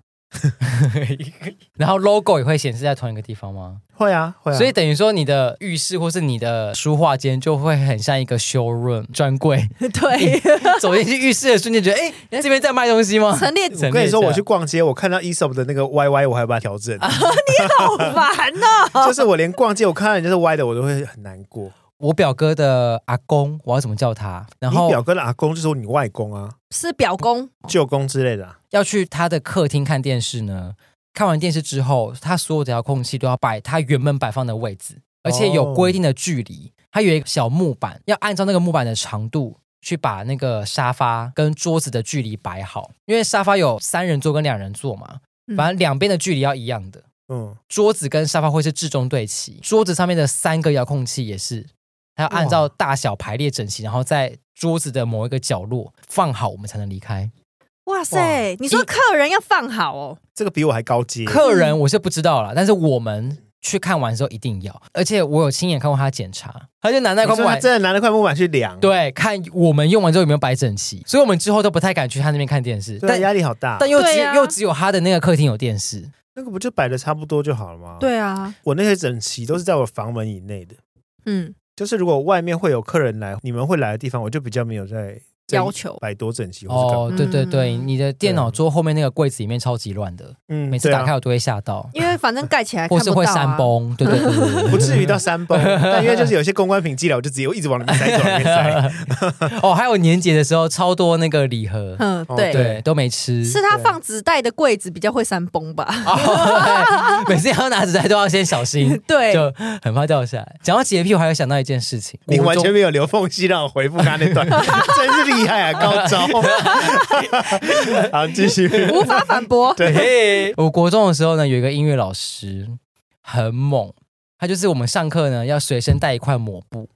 Speaker 3: 然后 logo 也会显示在同一个地方吗？
Speaker 1: 会啊，会啊。
Speaker 3: 所以等于说你的浴室或是你的书画间就会很像一个 showroom 专柜，
Speaker 2: 对，
Speaker 3: 走进去浴室的瞬间觉得，哎、这边在卖东西吗？
Speaker 2: 哎陈列组
Speaker 1: 我跟你说，我去逛街，我看到 Esop 的那个 YY，我还把它调 整。
Speaker 2: 好烦哦、
Speaker 1: 就是我连逛街，我看到人家是歪的，我都会很难过。
Speaker 3: 我表哥的阿公，我要怎么叫他？然
Speaker 1: 你
Speaker 3: 后哦
Speaker 1: 表哥的阿公就是你外公啊、
Speaker 2: 是表公，
Speaker 1: 舅公之类的、啊，
Speaker 3: 要去他的客厅看电视呢。看完电视之后，他所有的遥控器都要摆他原本摆放的位置，而且有规定的距离。他有一个小木板，要按照那个木板的长度去把那个沙发跟桌子的距离摆好，因为沙发有三人座跟两人座嘛，
Speaker 2: 嗯
Speaker 3: 反正两边的距离要一样的。
Speaker 1: 嗯，
Speaker 3: 桌子跟沙发会是至中对齐，桌子上面的三个遥控器也是，它要按照大小排列整齐，然后在桌子的某一个角落放好，我们才能离开。
Speaker 2: 哇塞！你说客人要放好哦，
Speaker 1: 这个比我还高阶。
Speaker 3: 客人我是不知道啦，但是我们去看完之后一定要，而且我有亲眼看过他检查，他就拿那
Speaker 1: 你
Speaker 3: 块
Speaker 1: 说
Speaker 3: 木
Speaker 1: 他
Speaker 3: 板。
Speaker 1: 真的拿那块木板去量，
Speaker 3: 对，看我们用完之后有没有摆整齐，所以我们之后都不太敢去他那边看电视，
Speaker 1: 对啊，
Speaker 3: 但
Speaker 1: 压力好大。
Speaker 3: 但又只
Speaker 2: 对啊
Speaker 3: 又只有他的那个客厅有电视，
Speaker 1: 那个不就摆的差不多就好了吗？，
Speaker 2: 对啊，
Speaker 1: 我那些整齐都是在我房门以内的，
Speaker 2: 嗯，
Speaker 1: 就是如果外面会有客人来，你们会来的地方，我就比较没有在
Speaker 2: 要求
Speaker 1: 摆多整齐或是干嘛。
Speaker 3: 哦，对对对，
Speaker 2: 嗯
Speaker 3: 你的电脑桌后面那个柜子里面超级乱的，
Speaker 1: 嗯
Speaker 3: 每次
Speaker 1: 对啊
Speaker 3: 打开我都会吓到，
Speaker 2: 因为反正盖起来看
Speaker 3: 或
Speaker 2: 不
Speaker 3: 是
Speaker 2: 到、啊，
Speaker 3: 会山崩，对对对对 对
Speaker 1: 不至于到山 崩，但因为就是有些公关品寄来，我就直接一直往里面塞，一直往里面 塞。
Speaker 3: 哦，还有年节的时候超多那个礼盒，
Speaker 2: 嗯，
Speaker 1: 哦
Speaker 2: 对，
Speaker 3: 对，都没吃。
Speaker 2: 是他放纸袋的柜子比较会山崩吧？，
Speaker 3: 哦，对每次要拿纸袋都要先小心
Speaker 1: 哎
Speaker 2: 对，
Speaker 3: 就很怕掉下来。讲到洁癖，我还有想到一件事情，
Speaker 1: 你
Speaker 3: 国
Speaker 1: 完
Speaker 3: 中
Speaker 1: 全没有留缝隙让我回复他那段， 真是厉害啊，高 招！好，继续。
Speaker 2: 无法反 驳。
Speaker 1: 对，
Speaker 3: 嘿我国中的时候呢，有一个音乐老师很猛，他就是我们上课呢要随身带一块抹布，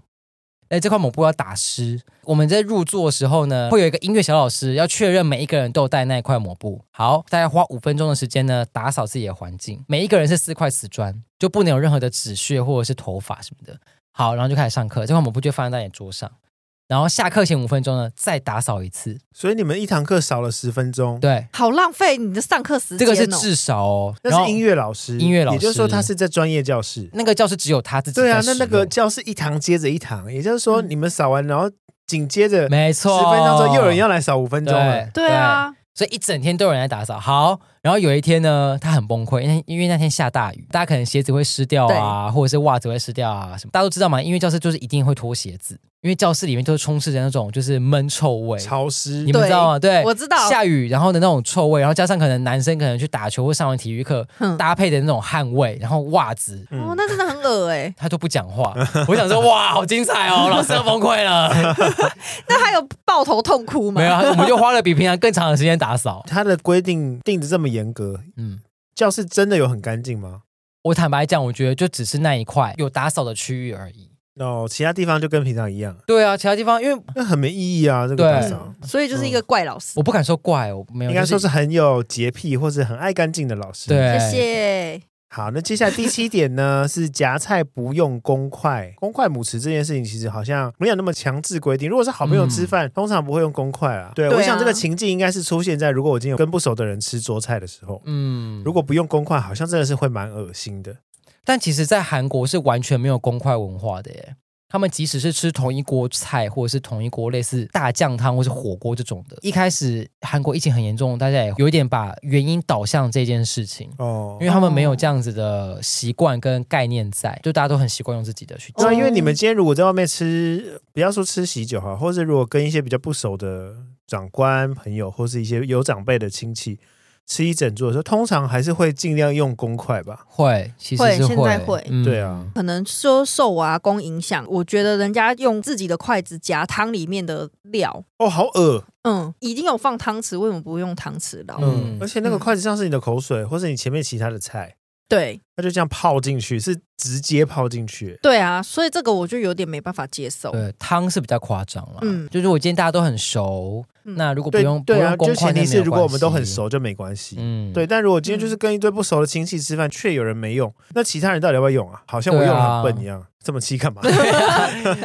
Speaker 3: 哎，这块抹布要打湿。我们在入座的时候呢，会有一个音乐小老师要确认每一个人都有带那一块抹布。好，大概花五分钟的时间呢，打扫自己的环境。每一个人是四块瓷砖，就不能有任何的纸屑或者是头发什么的。好，然后就开始上课，这块抹布就放在你桌上。然后下课前五分钟呢，再打扫一次。
Speaker 1: 所以你们一堂课少了十分钟，
Speaker 3: 对，
Speaker 2: 好浪费你的上课时
Speaker 3: 这
Speaker 2: 间、
Speaker 3: 个
Speaker 2: 哦。
Speaker 3: 是至少哦。然
Speaker 1: 那
Speaker 3: 后
Speaker 1: 是音乐老师，
Speaker 3: 音乐老师
Speaker 1: 也就是说他是在专业教室。
Speaker 3: 那个教室只有他自己在
Speaker 1: 对
Speaker 3: 使
Speaker 1: 啊
Speaker 3: 用。，
Speaker 1: 那那个教室一堂接着一堂，也就是说
Speaker 2: 嗯
Speaker 1: 你们扫完，然后紧接着
Speaker 3: 没
Speaker 1: 十
Speaker 3: 错，
Speaker 1: 分钟之后又有人要来扫五分钟了
Speaker 3: 对。
Speaker 2: 对啊，
Speaker 3: 所以一整天都有人来打扫。好，然后有一天呢，他很崩溃，因为因为那天下大雨，大家可能鞋子会湿掉啊，或者是袜子会湿掉啊什么。大家都知道嘛，因为教室就是一定会脱鞋子，因为教室里面都是充斥着那种就是闷臭味。
Speaker 1: 潮湿
Speaker 3: 你，们知道吗？对，哎
Speaker 2: 我知道
Speaker 3: 下雨，然后的那种臭味，然后加上可能男生可能去打球或上完体育课、
Speaker 2: 嗯
Speaker 3: 搭配的那种汗味，然后袜子，
Speaker 1: 嗯
Speaker 2: 哦，那真的很恶哎、
Speaker 3: 他都不讲话。 我想说，哇，好精彩 哦，老师要崩溃了。
Speaker 2: 那还有抱头痛哭吗？
Speaker 3: 没有，啊我们就花了比平常更长的时间打扫。
Speaker 1: 他的规定定的这么严格，
Speaker 3: 嗯，
Speaker 1: 教室真的有很干净吗？
Speaker 3: 我坦白讲，我觉得就只是那一块有打扫的区域而已。
Speaker 1: 哦，其他地方就跟平常一样，
Speaker 3: 对啊，其他地方因为
Speaker 1: 那很没意义啊，这个
Speaker 3: 对
Speaker 1: 打扫。
Speaker 2: 所以就是一个
Speaker 3: 嗯
Speaker 2: 怪老师。
Speaker 3: 我不敢说怪，我没有，
Speaker 1: 应该
Speaker 3: 就
Speaker 1: 说是很有洁癖或是很爱干净的老师。
Speaker 3: 对
Speaker 2: 谢谢。
Speaker 1: 好，那接下来第七点呢 是夹菜不用公筷，公筷母匙这件事情其实好像没有那么强制规定。如果是好朋友吃
Speaker 3: 嗯
Speaker 1: 饭，通常不会用公筷啊。对，
Speaker 2: 对啊
Speaker 1: 我想这个情境应该是出现在如果我今天有跟不熟的人吃桌菜的时候，
Speaker 3: 嗯，
Speaker 1: 如果不用公筷，好像真的是会蛮恶心的。
Speaker 3: 但其实，在韩国是完全没有公筷文化的耶。他们即使是吃同一锅菜，或者是同一锅类似大酱汤或是火锅这种的，一开始韩国疫情很严重，大家也有一点把原因导向这件事情，
Speaker 1: 哦
Speaker 3: 因为他们没有这样子的习惯跟概念在，就大家都很习惯用自己的去
Speaker 1: 对
Speaker 3: 讲。
Speaker 1: 啊，因为你们今天如果在外面吃，不要说吃喜酒哈，或是如果跟一些比较不熟的长官朋友，或是一些有长辈的亲戚吃一整桌的时候，通常还是会尽量用公筷吧。
Speaker 3: 会，其实是
Speaker 2: 会现在会
Speaker 3: 嗯
Speaker 1: 对啊，
Speaker 2: 可能说受娃工影响，我觉得人家用自己的筷子夹汤里面的料，
Speaker 1: 哦，好恶，
Speaker 2: 嗯，已经有放汤匙，为什么不用汤匙捞？
Speaker 3: 嗯
Speaker 1: 嗯，而且那个筷子上是你的口水，或是你前面其他的菜，
Speaker 2: 对
Speaker 1: 它就这样泡进去，是直接泡进去。
Speaker 2: 对啊，所以这个我就有点没办法接受。
Speaker 3: 对汤是比较夸张了。嗯，
Speaker 2: 嗯
Speaker 3: 就是我今天大家都很熟，
Speaker 2: 嗯
Speaker 3: 那如果不
Speaker 1: 对
Speaker 3: 用不
Speaker 1: 对
Speaker 3: 用
Speaker 1: 啊，就
Speaker 3: 公
Speaker 1: 前
Speaker 3: 筷，那
Speaker 1: 提
Speaker 3: 没
Speaker 1: 是
Speaker 3: 有
Speaker 1: 如果我
Speaker 3: 关
Speaker 1: 们都很
Speaker 3: 系，
Speaker 1: 熟就没关系。
Speaker 3: 嗯，
Speaker 1: 对，但如果今天就是跟一堆不熟的亲戚吃饭，却有人没用，那其他人到底要不要用啊？好像我用得很笨一样，这么气 干嘛？
Speaker 2: 啊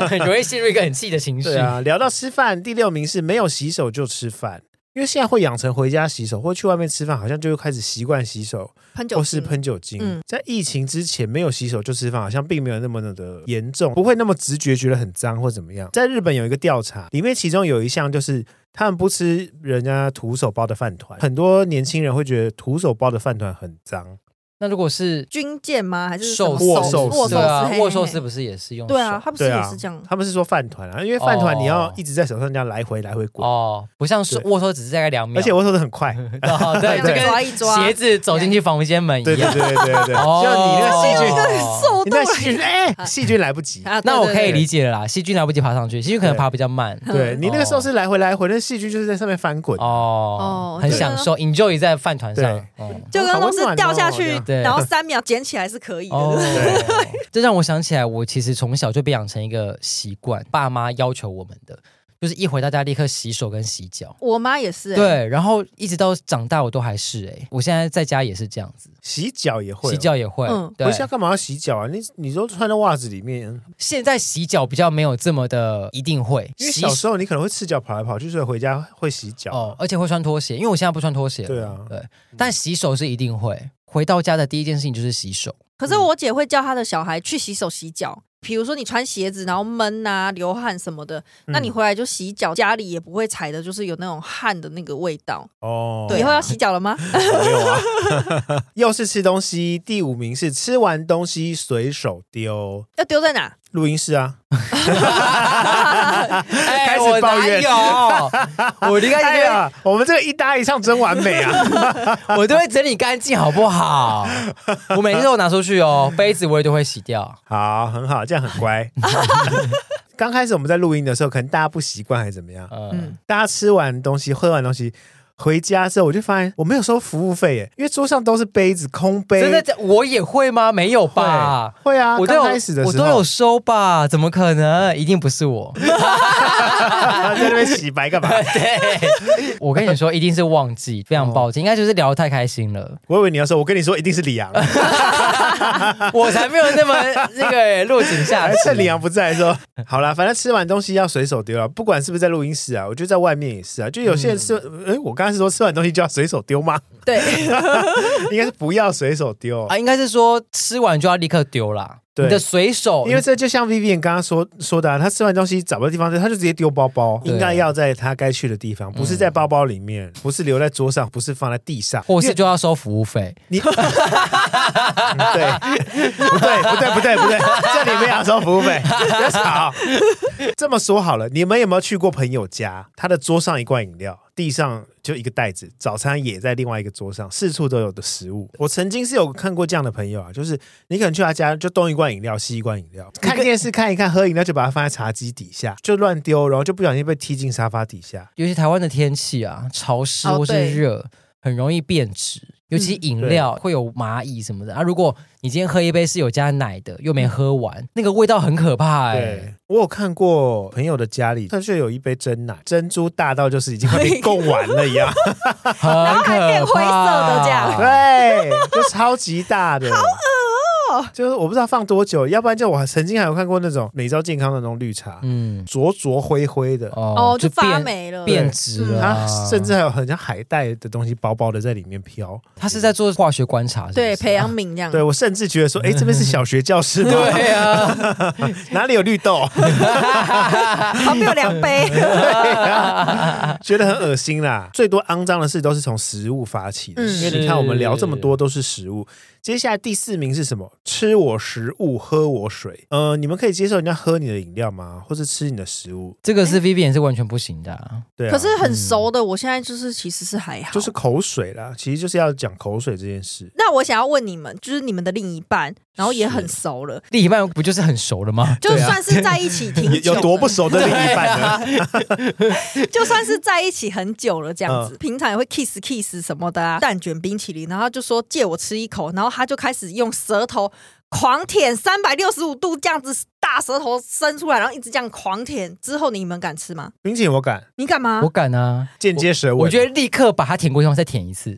Speaker 3: 很容易陷入一个很气的情绪。
Speaker 1: 对啊，聊到吃饭，第六名是没有洗手就吃饭，因为现在会养成回家洗手或去外面吃饭，好像就会开始习惯洗手
Speaker 2: 喷酒
Speaker 1: 或是
Speaker 2: 精，
Speaker 1: 喷酒精。
Speaker 2: 嗯
Speaker 1: 在疫情之前没有洗手就吃饭，好像并没有那么的严重，不会那么直觉觉得很脏或怎么样。在日本有一个调查，里面其中有一项就是。他们不吃人家徒手包的饭团，很多年轻人会觉得徒手包的饭团很脏。
Speaker 3: 那如果是
Speaker 2: 军舰吗？还是什
Speaker 3: 寿
Speaker 2: 么
Speaker 3: 司
Speaker 1: 握
Speaker 2: 手
Speaker 1: 寿
Speaker 2: 握
Speaker 1: 司
Speaker 2: 寿
Speaker 3: 对啊，
Speaker 2: 司，
Speaker 3: 握寿司
Speaker 2: 嘿嘿
Speaker 3: 不是也是用
Speaker 2: 对啊，
Speaker 3: 手
Speaker 2: 他不是
Speaker 1: 对
Speaker 2: 也
Speaker 1: 啊
Speaker 2: 是这样？
Speaker 1: 他们是说饭团啊，因为饭团你要
Speaker 3: 哦
Speaker 1: 一直在手上这样来回来回滚，
Speaker 3: 哦，不像手
Speaker 1: 对
Speaker 3: 握手只是大概两秒，
Speaker 1: 而且我手的很 快。
Speaker 3: 哦对，
Speaker 1: 对
Speaker 3: 就
Speaker 2: 抓一抓
Speaker 3: 跟鞋子走进去房间门一
Speaker 1: 对对
Speaker 3: 样。
Speaker 1: 对对对对，
Speaker 3: 哦
Speaker 1: 像你那个细菌
Speaker 3: 哦
Speaker 2: 受
Speaker 1: 你那
Speaker 2: 到
Speaker 1: 细菌，哎、细菌来不 及。
Speaker 2: 啊，对
Speaker 3: 那我可以。
Speaker 2: 对对
Speaker 3: 理解了啦，细菌来不及爬上去，细菌可能
Speaker 1: 对
Speaker 3: 爬比较慢。
Speaker 1: 对你那个时候是来回来回，那细菌就是在上面翻滚。
Speaker 3: 哦
Speaker 2: 哦，
Speaker 3: 很享受，enjoy 在饭团上
Speaker 1: 对。
Speaker 3: 哦
Speaker 2: 就跟东西掉下
Speaker 1: 好温
Speaker 2: 去
Speaker 1: 暖哦，
Speaker 3: 这样
Speaker 2: 然后三秒捡起来是可以
Speaker 3: 哦
Speaker 2: 的。，
Speaker 3: 这让我想起来，我其实从小就被养成一个习惯，爸妈要求我们的，就是一回到家立刻洗手跟洗脚。
Speaker 2: 我妈也是，欸，
Speaker 3: 对，然后一直到长大我都还是哎、我现在在家也是这样子，
Speaker 1: 洗脚也会哦，
Speaker 3: 洗脚也会。
Speaker 2: 嗯
Speaker 3: 对
Speaker 1: 回，家干嘛要洗脚啊？你你都穿在袜子里面，
Speaker 3: 现在洗脚比较没有这么的一定会，
Speaker 1: 因为
Speaker 3: 洗
Speaker 1: 小时候你可能会赤脚跑来跑去，所以回家会洗脚。
Speaker 3: 哦，而且会穿拖鞋，因为我现在不穿拖鞋了。
Speaker 1: 对啊
Speaker 3: 对，但洗手是一定会。回到家的第一件事情就是洗手。
Speaker 2: 可
Speaker 1: 嗯
Speaker 2: 是我姐会叫她的小孩去洗手洗脚，比如说你穿鞋子然后闷啊、流汗什么的，那
Speaker 1: 嗯
Speaker 2: 你回来就洗脚，家里也不会踩的，就是有那种汗的那个味道。
Speaker 1: 哦，
Speaker 2: 以后要洗脚了吗？
Speaker 1: 没有 啊？又是吃东西，第五名是吃完东西随手丢，
Speaker 2: 要丢在哪？
Speaker 1: 录音室啊，
Speaker 3: 哎
Speaker 1: 开始抱怨
Speaker 3: 我哪 有？我应该
Speaker 1: 哎
Speaker 3: 这样，
Speaker 1: 呀，我们这个一搭一唱真完美 啊！
Speaker 3: 我都会整理干净，好不 好？我每次都拿出去哦，杯子我也都会洗掉。
Speaker 1: 好，很好，这样很 乖。刚开始我们在录音的时候，可能大家不习惯还是怎么样，
Speaker 3: 嗯
Speaker 2: 嗯，
Speaker 1: 大家吃完东西、喝完东西回家之后，我就发现我没有收服务费耶，因为桌上都是杯子、空杯。
Speaker 3: 真的这我也会吗？没有吧？
Speaker 1: 嗯会啊，
Speaker 3: 我都有
Speaker 1: 刚开始的
Speaker 3: 我
Speaker 1: 时
Speaker 3: 都
Speaker 1: 候
Speaker 3: 有收吧？怎么可能？一定不是我。
Speaker 1: 在那边洗白 干嘛？
Speaker 3: 对，我跟你说，一定是忘记，非常抱歉，应该就是聊得太开心了，
Speaker 1: 我以为你要说，我跟你说，一定是李 阳，
Speaker 3: 我才没有那么那个落井下
Speaker 1: 还趁李
Speaker 3: 石。
Speaker 1: 阳不在说好啦，反正吃完东西要随手丢啊，不管是不是在录音室啊，我觉得在外面也是啊，就有些人是，
Speaker 3: 嗯
Speaker 1: 哎、我刚才是说吃完东西就要随手丢吗？
Speaker 2: 对，
Speaker 1: 应该是不要随手丢
Speaker 3: 啊，应该是说吃完就要立刻丢啦。
Speaker 1: 对
Speaker 3: 你的随手，
Speaker 1: 因为这就像 Vivian 刚刚说说的、啊，他吃完东西找不到地方丢，他就直接丢包包，
Speaker 3: 对嗯
Speaker 1: 应该要在他该去的地方，不是在包包里面，不是留在桌上，不是放在地上，
Speaker 3: 或
Speaker 1: 因
Speaker 3: 是
Speaker 1: 为
Speaker 3: 就要收服务费，
Speaker 1: 你 对，不对，不对，不对，不对，这里没有要收服务费，不要吵。这么说好了，你们有没有去过朋友家？他的桌上一罐饮料，地上就一个袋子，早餐也在另外一个桌上，四处都有的食物。我曾经是有看过这样的朋友啊，就是你可能去他家就东一罐饮料，西一罐饮料，看电视看一看，喝饮料就把它放在茶几底下，就乱丢，然后就不小心被踢进沙发底下。
Speaker 3: 尤其台湾的天气啊，潮湿
Speaker 2: 哦
Speaker 3: 或是
Speaker 2: 对嗯
Speaker 3: 热，很容易变质。尤其饮料会有蚂蚁什么的啊。如果你今天喝一杯是有加奶的，又没
Speaker 2: 嗯
Speaker 3: 喝完，那个味道很可怕哎、
Speaker 1: 对，我有看过朋友的家里，他就有一杯真奶，珍珠大到就是已经快被供完了一样，
Speaker 3: 欸 很
Speaker 2: 然后
Speaker 3: 可
Speaker 2: 还
Speaker 3: 怕。
Speaker 2: 变灰色的这样
Speaker 1: 对，就超级大的，好恶哦。就是我不知道放多久，要不然就我曾经还有看过那种美招健康的那种绿茶，
Speaker 3: 嗯，
Speaker 1: 灼灼灰灰的，
Speaker 2: 哦，就
Speaker 3: 就
Speaker 2: 发
Speaker 3: 变
Speaker 2: 霉了。嗯
Speaker 3: 变质了啊、
Speaker 1: 它甚至还有很像海带的东西薄薄的在里面飘。
Speaker 3: 他是在做化学观察是不是，
Speaker 2: 对，培养皿这 样。
Speaker 1: 啊对我甚至觉得说，哎，这边是小学教室吗？
Speaker 3: 对啊，
Speaker 1: 哪里有绿豆？
Speaker 2: 旁边有两 杯，
Speaker 1: 啊觉得很恶心 啦。最多肮脏的事都是从食物发起的，
Speaker 2: 嗯
Speaker 1: 因为你看我们聊这么多都是食物。接下来第四名是什么？吃我食物，喝我水。呃，你们可以接受人家喝你的饮料吗？或是吃你的食物？
Speaker 3: 这个是 Vivian 是完全不行的啊、
Speaker 1: 对、啊，
Speaker 2: 可是很熟的，我现在就是其实是还好。
Speaker 1: 就是口水啦，其实就是要讲口水这件 事。
Speaker 2: 那我想要问你们，就是你们的另一半，然后也很熟了，
Speaker 3: 另一半不就是很熟了吗？
Speaker 2: 就算是在一起挺
Speaker 1: 啊 有
Speaker 2: 久
Speaker 1: 有多不
Speaker 2: 了，
Speaker 1: 熟的另一半嗯呢？
Speaker 2: 啊就算是在一起很久了这样子，平常也会 kiss kiss 什么的啊，蛋卷冰淇淋，然后他就说借我吃一口，然后他就开始用舌头狂舔三百六十五度这样子，大舌头伸出来，然后一直这样狂舔，之后你们敢吃吗？
Speaker 1: 冰淇淋我敢，
Speaker 2: 你敢吗
Speaker 3: 我？敢啊，
Speaker 1: 间接舌吻。
Speaker 3: 我觉得立刻把它舔过去，然后再舔一次，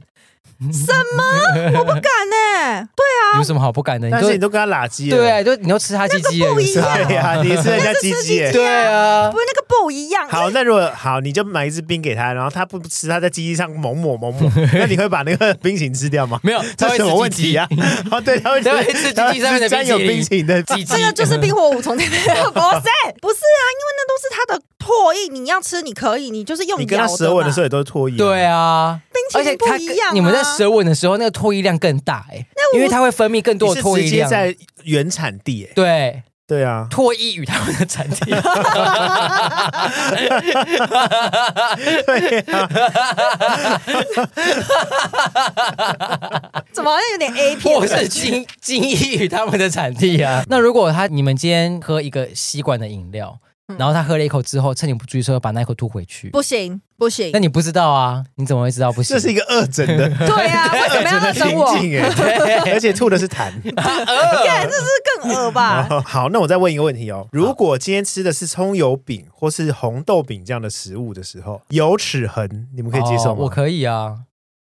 Speaker 2: 不敢呢、对，
Speaker 3: 有什么好不敢的？你
Speaker 1: 但
Speaker 3: 都
Speaker 1: 是你都跟他拉鸡了，
Speaker 3: 对啊，你都你都吃他鸡鸡了，
Speaker 2: 不
Speaker 3: 有
Speaker 2: 一
Speaker 3: 时候
Speaker 2: 样
Speaker 1: 对呀，你是人家鸡鸡耶。
Speaker 3: 对啊
Speaker 2: 不，是那个不一样，
Speaker 1: 好，那如果好，你就买一支冰给他，然后他不吃，他在机器上猛抹猛 抹，那你会把那个冰淇淋吃掉吗？
Speaker 3: 没有，
Speaker 1: 这
Speaker 3: 他会
Speaker 1: 是
Speaker 3: 吃
Speaker 1: 什么问
Speaker 3: 鸡鸡
Speaker 1: 题啊？？哦，对，他会
Speaker 3: 他会吃
Speaker 1: 他
Speaker 3: 鸡鸡上面的
Speaker 1: 吃沾有
Speaker 3: 冰
Speaker 1: 冰淇淋的
Speaker 3: 鸡鸡
Speaker 2: 这个就是冰火五重天，不是 不是啊，因为那都是它的唾液，你要吃你可以，你就是用
Speaker 1: 你跟他
Speaker 2: 咬
Speaker 1: 舌吻
Speaker 2: 嘛
Speaker 1: 的时候也都是唾液，
Speaker 3: 对
Speaker 1: 啊，
Speaker 3: 啊，
Speaker 2: 冰淇
Speaker 3: 而且
Speaker 2: 淋不
Speaker 3: 它
Speaker 2: 一样、啊，
Speaker 3: 你们在舌吻的时候，那个唾液量更大哎，因为它会分泌更
Speaker 1: 你
Speaker 3: 多
Speaker 1: 是
Speaker 3: 的唾
Speaker 1: 直
Speaker 3: 液
Speaker 1: 接
Speaker 3: 量。
Speaker 1: 在原产地，哎，
Speaker 3: 对，
Speaker 1: 对啊，
Speaker 3: 唾液与它们的产 地，
Speaker 1: 对啊，
Speaker 2: 怎么好像有点 A 片
Speaker 3: 或是精精液与它们的产地 啊。那如果他你们今天喝一个吸管的饮料，然后他喝了一口之后，趁你不注意的时候把那一口吐回去，
Speaker 2: 嗯不行不行
Speaker 3: 那，你不知道啊？你怎么会知道不 行
Speaker 1: 这？是一个恶整 的
Speaker 2: 对 啊，为什么要
Speaker 1: 恶
Speaker 2: 认
Speaker 1: 整
Speaker 2: 真
Speaker 1: 的
Speaker 2: 我？
Speaker 1: 瓶颈，哎，而且吐的是 痰。
Speaker 2: 对，这是更恶
Speaker 3: 啊
Speaker 2: 吧？
Speaker 1: 哦好，那我再问一个问题哦，如果今天吃的是葱油饼或是红豆饼这样的食物的时候，有齿痕，你们可以接受
Speaker 3: 哦我
Speaker 1: 吗？
Speaker 3: 可以啊，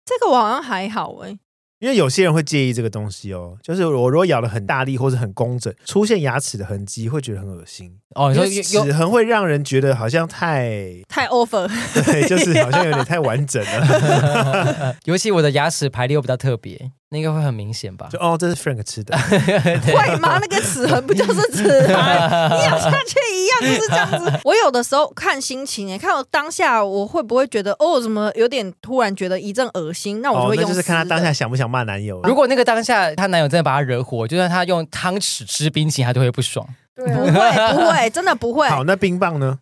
Speaker 2: 这个我好像还好哎、
Speaker 1: 因为有些人会介意这个东西哦，就是我如果咬的很大力或者很工整，出现牙齿的痕迹，会觉得很恶心。
Speaker 3: 哦，你
Speaker 1: 因
Speaker 3: 说
Speaker 1: 为
Speaker 3: 有
Speaker 1: 齿痕会让人觉得好像太，
Speaker 2: 太 over，
Speaker 1: 对，就是好像有点太完整了。
Speaker 3: 尤其我的牙齿排列又比较特别，那个会很明显吧
Speaker 1: 就？哦，这是 Frank 吃的，啊
Speaker 2: 会吗？那个齿痕不就是 齿痕？你咬下去一样就是这样子。我有的时候看心情、欸，看我当下我会不会觉得哦，怎么有点突然觉得一阵恶心， 那我就
Speaker 1: 哦
Speaker 2: 会，
Speaker 1: 那
Speaker 2: 用、
Speaker 1: 就是看他当下。想不想骂男友。
Speaker 3: 如果那个当下她男友真的把她惹火，就算她用汤匙吃冰淇淋，她都会不爽。
Speaker 2: 不会不 会，真的不会。
Speaker 1: 好，那冰棒呢？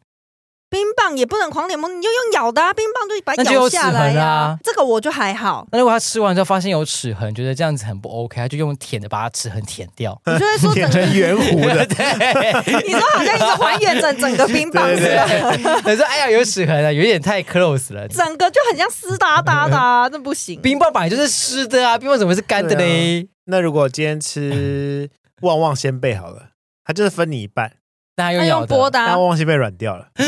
Speaker 2: 冰棒也不能狂点梦，你就用咬的、啊，冰棒就把它
Speaker 3: 那就
Speaker 2: 咬
Speaker 3: 有
Speaker 2: 下
Speaker 3: 齿
Speaker 2: 来
Speaker 3: 痕
Speaker 2: 呀、
Speaker 3: 啊
Speaker 2: 这个我就还好，
Speaker 3: 那如果她吃完之后发现有齿痕，觉得这样子很不 OK，她就用舔的把它齿痕舔掉。
Speaker 2: 你就 会说
Speaker 1: 舔
Speaker 2: 整个，
Speaker 1: 成圆弧的，
Speaker 3: 对，
Speaker 2: 你说好像一个还原整整个冰棒
Speaker 1: 对
Speaker 2: 是
Speaker 1: 对
Speaker 2: 吧？
Speaker 3: 你说哎呀有齿痕了，有点太 close 了。
Speaker 2: 整个就很像湿哒哒的、啊，那不行。
Speaker 3: 冰棒本来就是湿的啊，冰棒怎么会是干的嘞？
Speaker 1: 那如果今天吃旺旺仙贝好了，他就是分你一半，
Speaker 3: 那她
Speaker 2: 那
Speaker 3: 用
Speaker 2: 用
Speaker 3: 咬
Speaker 2: 剥的、
Speaker 3: 的，
Speaker 1: 但
Speaker 2: 啊，
Speaker 1: 旺旺仙贝软掉了，
Speaker 2: 对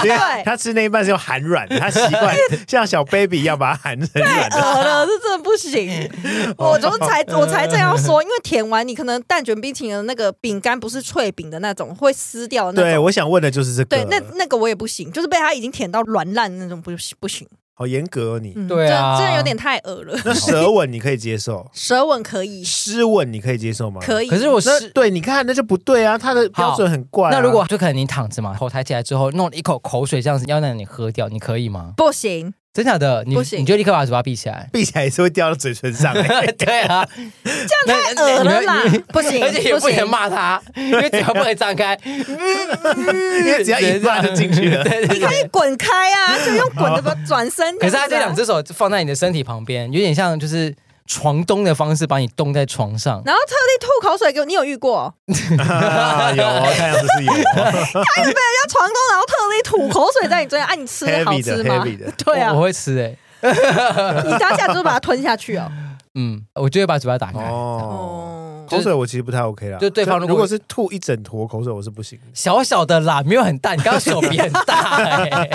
Speaker 2: 不
Speaker 1: 因为
Speaker 2: 对？
Speaker 1: 他吃那一半是用含软，他习 惯像小 baby 一样把它含成软的。
Speaker 2: 呃了，这真的不行。我就才我才这样说，因为舔完你可能蛋卷冰淇淋的那个饼干不是脆饼的那种，会撕掉的那
Speaker 1: 对，
Speaker 2: 种。
Speaker 1: 我想问的就是这个。
Speaker 2: 对，那那个我也不行，就是被它已经舔到软烂那种，不行不行。
Speaker 1: 好严格哦你。
Speaker 2: 嗯，
Speaker 3: 对啊
Speaker 2: 这这有点太恶了。，
Speaker 1: 那舌吻你可以接受
Speaker 2: 舌吻可以，
Speaker 1: 湿吻你可以接受吗？
Speaker 2: 可以。
Speaker 3: 可是我
Speaker 1: 那
Speaker 3: 是。
Speaker 1: 对，你看那就不对啊，他的标准很怪啊、
Speaker 3: 那如果就可能你躺着嘛，头抬起来之后弄了一口口水这样子，要让你喝掉，你可以吗？
Speaker 2: 不行，
Speaker 3: 真假的？你
Speaker 2: 不行
Speaker 3: 你就立刻把嘴巴闭起来。
Speaker 1: 闭起来也是会掉到嘴唇上、欸
Speaker 3: 对啊，这样太
Speaker 2: 恶了啦，不行，
Speaker 3: 而且也不
Speaker 2: 不行
Speaker 3: 能骂他，因为嘴巴不能张开，
Speaker 1: 因为只要一骂就进去了。
Speaker 3: 对 对
Speaker 2: 你可
Speaker 3: 对。
Speaker 2: 以滚开 啊，就用滚的吧，转身。
Speaker 3: 可是他这两
Speaker 2: 只，
Speaker 3: 只手放在你的身体旁边，有点像就是床咚的方式把你咚在床上。
Speaker 2: 然后特地吐口水给我，你有遇过？
Speaker 1: 啊有哦，太阳不是有、哦、
Speaker 2: 他一直被人家床中，然后特地吐口水在你 嘴里，啊，你吃好
Speaker 1: heavy
Speaker 2: 吃
Speaker 1: 的
Speaker 2: 吗
Speaker 3: 欸
Speaker 1: heavy 的？
Speaker 2: 对啊
Speaker 3: 我我，会吃哎、
Speaker 2: 你当下就是把它吞下去哦。
Speaker 3: 嗯，我就会把嘴巴打开。
Speaker 1: 哦。
Speaker 2: 哦，
Speaker 1: 口水我其实不太 OK 啦，
Speaker 3: 就对方如果
Speaker 1: 如果是吐一整坨口水，我是不行的。
Speaker 3: 小小的啦，没有很大，你 刚刚手比很大、欸，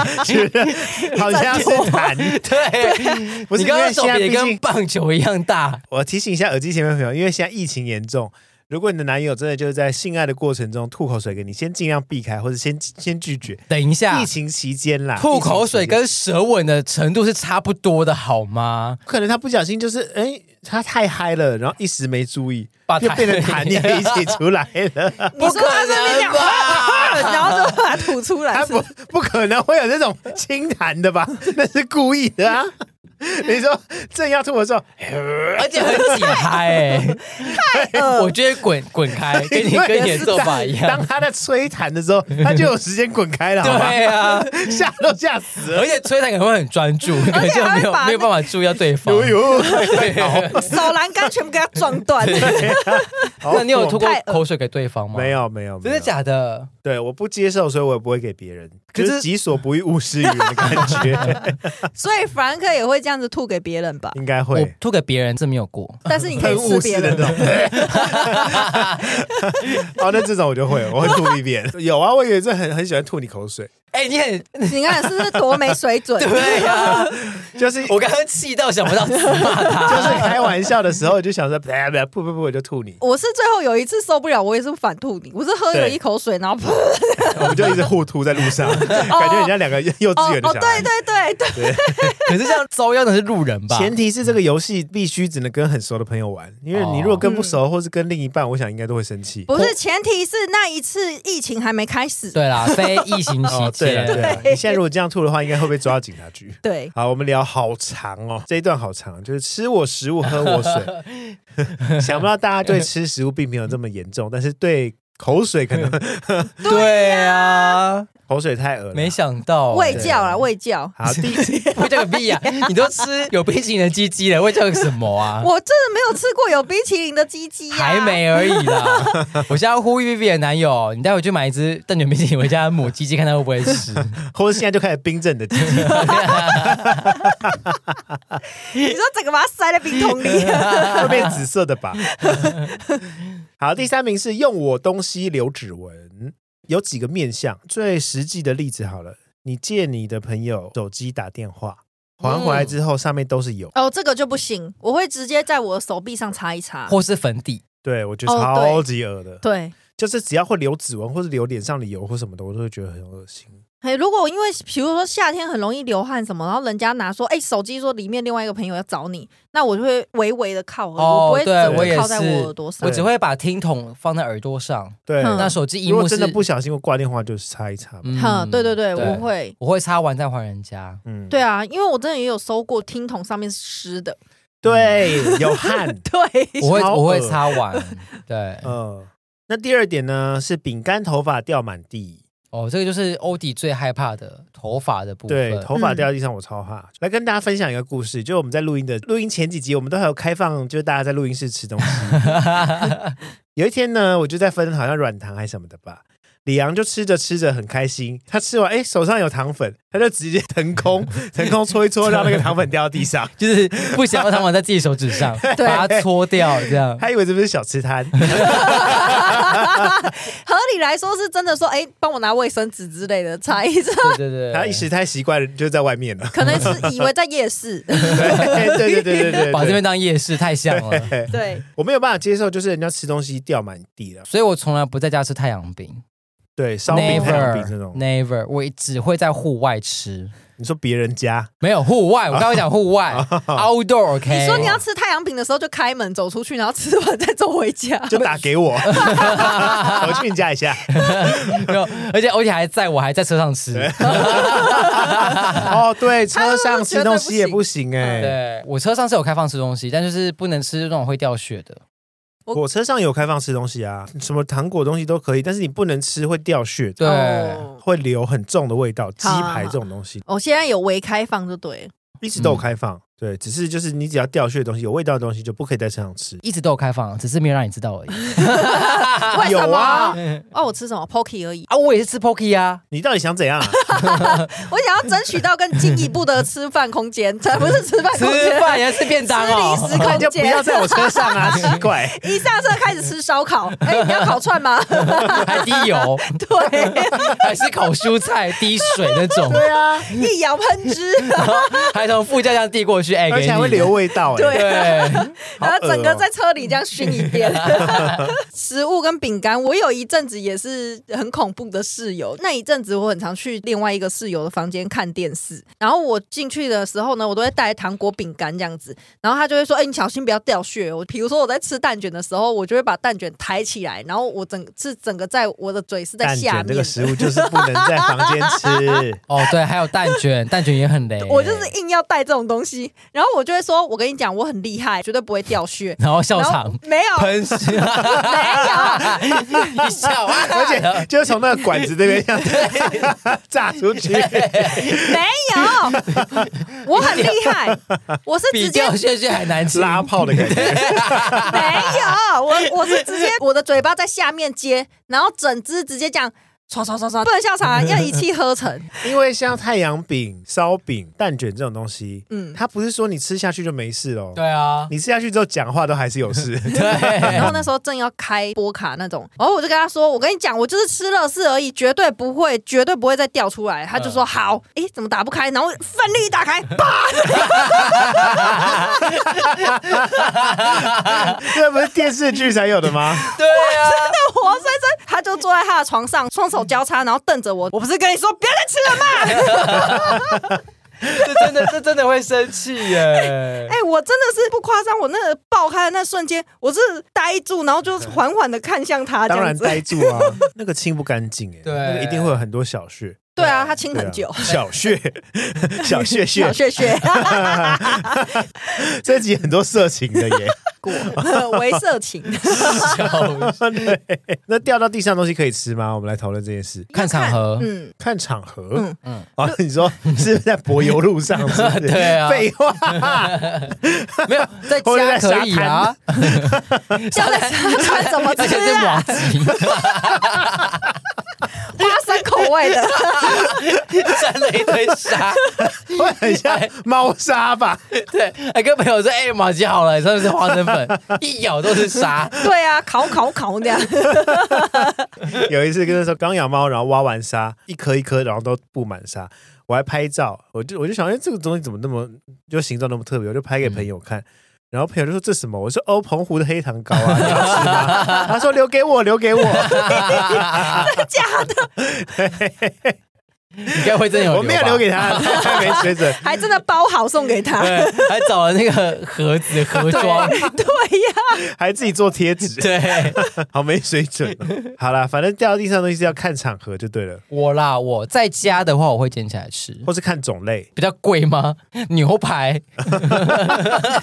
Speaker 1: 好像是痰，
Speaker 3: 对，
Speaker 1: 啊不是
Speaker 3: 你刚
Speaker 1: 因为
Speaker 3: 刚手
Speaker 1: 现在
Speaker 3: 比
Speaker 1: 毕
Speaker 3: 跟
Speaker 1: 竟
Speaker 3: 棒球一样大，
Speaker 1: 我提醒一下耳机前面的朋友，因为现在疫情严重，如果你的男友真的就是在性爱的过程中吐口水给你，先尽量避开或者先先拒绝。
Speaker 3: 等一下
Speaker 1: 疫，情期间啦，
Speaker 3: 啊吐口水
Speaker 1: 疫情期间
Speaker 3: 跟舌吻的程度是差不多的，好吗？
Speaker 1: 可能他不小心就是哎、他太嗨了，然后一时没注意，
Speaker 3: 把
Speaker 1: 就
Speaker 3: 痰
Speaker 1: 变成痰液一起出来了。
Speaker 2: 哦你说他在那边讲
Speaker 3: 不可
Speaker 2: 话，
Speaker 3: 能
Speaker 2: 然后就把它吐出来
Speaker 1: 他
Speaker 2: 是
Speaker 1: 不
Speaker 2: 吗，
Speaker 1: 不可能会有这种清痰的吧？那是故意的啊！你说正要吐的时候，
Speaker 3: 而且很挤嗨、 欸，
Speaker 2: 呃
Speaker 3: 我觉得滚滚开，跟你跟你的做法一
Speaker 1: 当
Speaker 3: 样。
Speaker 1: 他在吹痰的时候，他就有时间滚开了，好吧？
Speaker 3: 对啊，
Speaker 1: 吓都吓死了
Speaker 3: 而。且吹弹可能会很专 注，可能就
Speaker 2: 还会
Speaker 3: 没有
Speaker 2: 把
Speaker 3: 没有办法注意到对方。
Speaker 1: 呦呦，
Speaker 3: 对
Speaker 2: 手栏杆全部给它撞 断，
Speaker 1: 好
Speaker 3: 那你有吐过
Speaker 2: 太恶
Speaker 3: 口水给对方吗？
Speaker 1: 没，有没有，
Speaker 3: 真的
Speaker 1: 没有？
Speaker 3: 假的？
Speaker 1: 对，我不接受，所以我也不会给别人，
Speaker 3: 可
Speaker 1: 就是是己所不欲，勿施于人的感觉，
Speaker 2: 所以弗兰克也会这样子吐给别 人吧？
Speaker 1: 应该
Speaker 3: 我
Speaker 1: 会
Speaker 3: 吐给别人这没有过，
Speaker 2: 但是你可
Speaker 1: 喷
Speaker 2: 以
Speaker 1: 雾
Speaker 2: 吃
Speaker 1: 式
Speaker 2: 别
Speaker 1: 的
Speaker 2: 人，
Speaker 1: 那种。 哦，那这种我就会，我会吐一 遍。有啊，我有一阵很很喜欢吐你口水，
Speaker 3: 哎，你很
Speaker 2: 你看是不是多没水准？
Speaker 3: 对呀，
Speaker 2: 啊
Speaker 1: 就是
Speaker 3: 我刚刚气到想不到词骂
Speaker 1: 就
Speaker 3: 他。
Speaker 1: 是开玩笑的时候，就想说，啪啪噗噗噗，我就吐你，
Speaker 2: 我是最后有一次受不了，我也是反吐你，我是喝了一口水，然后噗，哦
Speaker 1: 我们就一直互吐在路上， 感觉很像两个幼稚园的
Speaker 2: 哦，
Speaker 1: 小
Speaker 2: 对
Speaker 1: 孩。
Speaker 2: 对对对，
Speaker 3: 可是这样遭殃的是路人吧？
Speaker 1: 前提是这个游戏必须只能跟很熟的朋友玩，因为你如果跟不熟，或是跟另一半，我想应该都会生气。
Speaker 2: 哦嗯不是前提是那一次疫情还没开始，
Speaker 3: 对啦，非疫情 期
Speaker 1: 哦，对了对
Speaker 3: 间，
Speaker 1: 了，你现在如果这样吐的话，应该会被抓到警察局。
Speaker 2: 对，
Speaker 1: 好，我们聊好长哦，这一段好长，就是吃我食物，喝我水。 想不到大家对吃食物并没有这么严重，但是对口水可能
Speaker 3: 对啊，
Speaker 1: 口水太恶了。
Speaker 3: 没想到
Speaker 2: 喂
Speaker 3: 欸
Speaker 2: 教啦，喂教。
Speaker 1: 好，第
Speaker 3: 喂教个 屁呀！你都吃有冰淇淋的鸡鸡了，喂教个什么啊？
Speaker 2: 啊我真的没有吃过有冰淇淋的鸡鸡呀，
Speaker 3: 还没而已 啦。我现在要呼吁 Vivi 的男友，你待会去买一只蛋卷冰淇淋回家抹鸡鸡，看他会不会 吃。
Speaker 1: 或者现在就开始冰镇你的鸡鸡，
Speaker 2: 你说整个把它塞在冰 桶里，
Speaker 1: 会变紫色的吧？好，第三名是用我东西留指纹，有几个面向，最实际的例子好了，你借你的朋友手机打电话，还回来之后上面都是有，
Speaker 2: 哦，这个就不行，我会直接在我的手臂上擦一擦。
Speaker 3: 或是粉底，
Speaker 1: 对我觉得
Speaker 2: 哦
Speaker 1: 超级恶的。
Speaker 2: 对，
Speaker 1: 就是只要会留指纹或者留脸上的油或什么的，我都会觉得很恶心。
Speaker 2: 哎，如果因为比如说夏天很容易流汗什么，然后人家拿说，哎，手机说里面另外一个朋友要找你，那我就会微微的靠，我
Speaker 3: 哦
Speaker 2: 不会
Speaker 3: 对
Speaker 2: 整
Speaker 1: 我
Speaker 2: 个
Speaker 1: 也
Speaker 2: 靠在
Speaker 3: 是
Speaker 2: 我耳朵上
Speaker 3: 我。只会把听筒放在耳朵上，
Speaker 1: 对，
Speaker 2: 嗯
Speaker 3: 那手机荧
Speaker 1: 如果
Speaker 3: 幕是嗯
Speaker 1: 真的不小心我挂电话，就是擦一擦嘛。
Speaker 2: 哼，对对对，我，会。
Speaker 3: 我会擦完再还人家。
Speaker 1: 嗯，
Speaker 2: 对啊，因为我真的也有收过听筒上面是湿的。。
Speaker 1: 对，有汗
Speaker 2: 对，
Speaker 3: 我会
Speaker 1: 超恶
Speaker 3: 我会擦完， 对，
Speaker 1: 嗯，那第二点呢是饼干头发掉满地，
Speaker 3: 哦，这个就是欧弟最害怕的头发的部
Speaker 1: 对，
Speaker 3: 分。
Speaker 1: 头发掉地上我超怕。来跟大家分享一个故事，就我们在录音的录音前几集，我们都还有开放，就是大家在录音室吃 东西。有一天呢，我就在分好像软糖还是什么的吧。李阳就吃着吃着很开心，他吃完哎手上有糖粉，他就直接腾 空腾空搓一搓，让那个糖粉掉到地上，
Speaker 3: 就是不想要他们在自己手 指上，把它搓掉，这样
Speaker 1: 他以为这不是小吃 摊，
Speaker 2: 合理来说是真的说，哎，帮我拿卫生纸之类的擦一擦，
Speaker 3: 对对对，
Speaker 1: 他一时太习惯了就在外面 了。
Speaker 2: 可能是以为在夜市。
Speaker 1: 对对对对对对，
Speaker 3: 把这边当夜市，太像了。
Speaker 2: 对，
Speaker 1: 我没有办法接受，就是人家吃东西掉满地了，
Speaker 3: 所以我从来不在家吃太阳饼
Speaker 1: 对烧饼、太阳饼这种，
Speaker 3: ，never，never，我只会在户外吃。
Speaker 1: 你说别人家
Speaker 3: 没有户外，我刚刚讲 户外
Speaker 1: 啊
Speaker 3: ，outdoor，OK。
Speaker 2: 你说你要吃太阳饼的时候就开门走出去，然后吃完再走回家。
Speaker 1: 就打给 我，我去你家一下。
Speaker 3: 没有，而且而且还在我还在车上吃。
Speaker 1: 哦，对，车上吃东西也不行哎。
Speaker 3: 对，我车上是有开放吃东西，但就是不能吃那种会掉血的。
Speaker 1: 我车上有开放吃东西啊，什么糖果东西都可以，但是你不能吃会掉血，
Speaker 3: 对，
Speaker 2: 哦
Speaker 1: 会留很重的味道，鸡
Speaker 2: 好
Speaker 1: 排这种东西嗯
Speaker 2: 哦，现在有微开放就对了。
Speaker 1: 一直都有开放。对，只是就是你只要掉屑的东西、有味道的东西就不可以在车上吃。
Speaker 3: 一直都有开放，只是没有让你知道 而已。
Speaker 2: 为什
Speaker 1: 有啊
Speaker 2: 么？哦，我吃什么 Pocky 而已。
Speaker 3: 啊，我也是吃 Pocky 啊，
Speaker 1: 你到底想 怎样、啊？
Speaker 2: 我想要争取到更进一步的吃饭空间，才不是吃饭
Speaker 3: 吃
Speaker 2: 空 间，
Speaker 3: 饭也是吃便当
Speaker 2: 吃零
Speaker 3: 哦
Speaker 2: 食。
Speaker 1: 那
Speaker 2: 空
Speaker 1: 你就不要
Speaker 2: 间。
Speaker 1: 在我车上啊！奇怪，
Speaker 2: 一下车开始吃烧烤，哎、你要烤 串吗？
Speaker 3: 还滴油，
Speaker 2: 对，
Speaker 3: 还是烤蔬菜滴水那 种，
Speaker 1: 对啊，
Speaker 2: 一摇喷汁，
Speaker 3: 还从副驾这样递过去，哎、
Speaker 1: 而
Speaker 3: 给
Speaker 1: 且还会
Speaker 3: 你。
Speaker 1: 留味道、欸。
Speaker 2: 对
Speaker 3: 对，，
Speaker 1: 好恶哦
Speaker 2: 然后整个在车里这样熏一 遍。食物跟饼干，我有一阵子也是很恐怖的室友。那一阵子我很常去另外一个室友的房间看电视，然后我进去的时候呢，我都会带糖果、饼干这样子，然后他就会说：“哎、你小心不要掉屑哦。”我比如说我在吃蛋卷的时候，我就会把蛋卷抬起来，然后我整是整个在我的嘴是在
Speaker 1: 蛋
Speaker 2: 下面
Speaker 1: 卷
Speaker 2: 的。
Speaker 1: 这个食物就是不能在房间 吃
Speaker 3: 哦对，还有蛋卷，蛋卷也很雷。
Speaker 2: 我就是，硬要带这种东西，然后我就会说：“我跟你讲，我很厉害，绝对不会掉 屑。
Speaker 3: 然后”笑
Speaker 2: 然后
Speaker 3: 场
Speaker 2: 没 有，
Speaker 3: 喷屎， 没有，一笑啊，
Speaker 1: 而且就是从那个管子这 边这样炸出去。
Speaker 2: 没有，我很厉害，我是
Speaker 3: 比
Speaker 2: 直接
Speaker 3: 掉屑屑还难吃。
Speaker 1: 拉炮的感觉，
Speaker 2: 没有，我我是直接我的嘴巴在下面接，然后整只直接讲。唰唰唰唰，不能笑场啊，要一气呵成。
Speaker 1: 因为像太阳饼、烧饼、蛋卷这种东西，嗯，
Speaker 2: 嗯
Speaker 1: 它不是说你吃下去就没事喽，
Speaker 3: 对啊，
Speaker 1: 你吃下去之后讲话都还是有 事，
Speaker 3: 哎
Speaker 2: 然后那时候正要开波卡那种，然后我就跟他说：“我跟你讲，我就是吃乐事而已，绝对不会，绝对不会再掉出来。”他就说：“好。”诶，怎么打不开？然后奋力一打开， 啪！
Speaker 1: 这不是电视剧才有的 吗？
Speaker 3: 对啊，
Speaker 2: 活生生，他就坐在他的床上，双手交叉，然后瞪着我。我不是跟你说不要再吃了吗？
Speaker 3: 这真的这真的会生气耶
Speaker 2: 哎、。我真的是不夸张，我那个爆开的那瞬间，我是呆住，然 后就缓缓的看向他这
Speaker 1: 当
Speaker 2: 样
Speaker 1: 然
Speaker 2: 子。
Speaker 1: 呆住啊，那个清不干净哎，
Speaker 3: 对
Speaker 1: 那个一定会有很多小屑，
Speaker 2: 对啊，他亲
Speaker 1: 对啊
Speaker 2: 很久，
Speaker 1: 小 屑，小屑屑
Speaker 2: 小， 血血
Speaker 1: 这集很多色情的 耶。
Speaker 2: 过为色情，
Speaker 1: 那掉到地上的东西可以吃吗？我们来讨论这件事。
Speaker 3: 看场合，
Speaker 2: 嗯，
Speaker 1: 看场合，嗯嗯，
Speaker 2: 嗯
Speaker 1: 啊，你说是不是在柏油路 上？是不是
Speaker 3: 对啊
Speaker 1: 废话，
Speaker 3: 没有在
Speaker 1: 或者在
Speaker 3: 家
Speaker 1: 沙
Speaker 3: 可以啊，
Speaker 2: 现 在他穿怎么
Speaker 3: 而
Speaker 2: 吃
Speaker 3: 且是
Speaker 2: 啊
Speaker 3: 马？吉，
Speaker 2: 花生口味 的，
Speaker 3: 沾了一堆沙。
Speaker 1: 会很像猫砂吧？
Speaker 3: 对，还跟朋友说：“哎、马吉好了，上面是花生 粉，一咬都是沙。
Speaker 2: 对啊，烤烤 烤那样，
Speaker 1: 有一次跟他说刚养猫，然后挖完沙，一颗一颗，然后都布满沙。我还拍照，我就我就想，哎，这个东西怎么那么就形状那么特别？我就拍给朋友看。然后朋友就说这什么？我说哦，澎湖的黑糖糕啊，你要吃吗？ 他说留给我，留 给我。
Speaker 2: 假的，
Speaker 3: 你该会真的有吧，
Speaker 1: 我没有留给他，太没水准。
Speaker 2: 还真的包好送给他。
Speaker 3: 对，还找了那个盒子盒装，
Speaker 2: 对呀，
Speaker 1: 还自己做贴纸，
Speaker 3: 对
Speaker 1: 好没水准哦、好啦，反正掉到地上的东西是要看场合就对了，
Speaker 3: 我啦，我在家的话，我会捡起来吃，
Speaker 1: 或是看种类。
Speaker 3: 比较贵吗？ 牛 排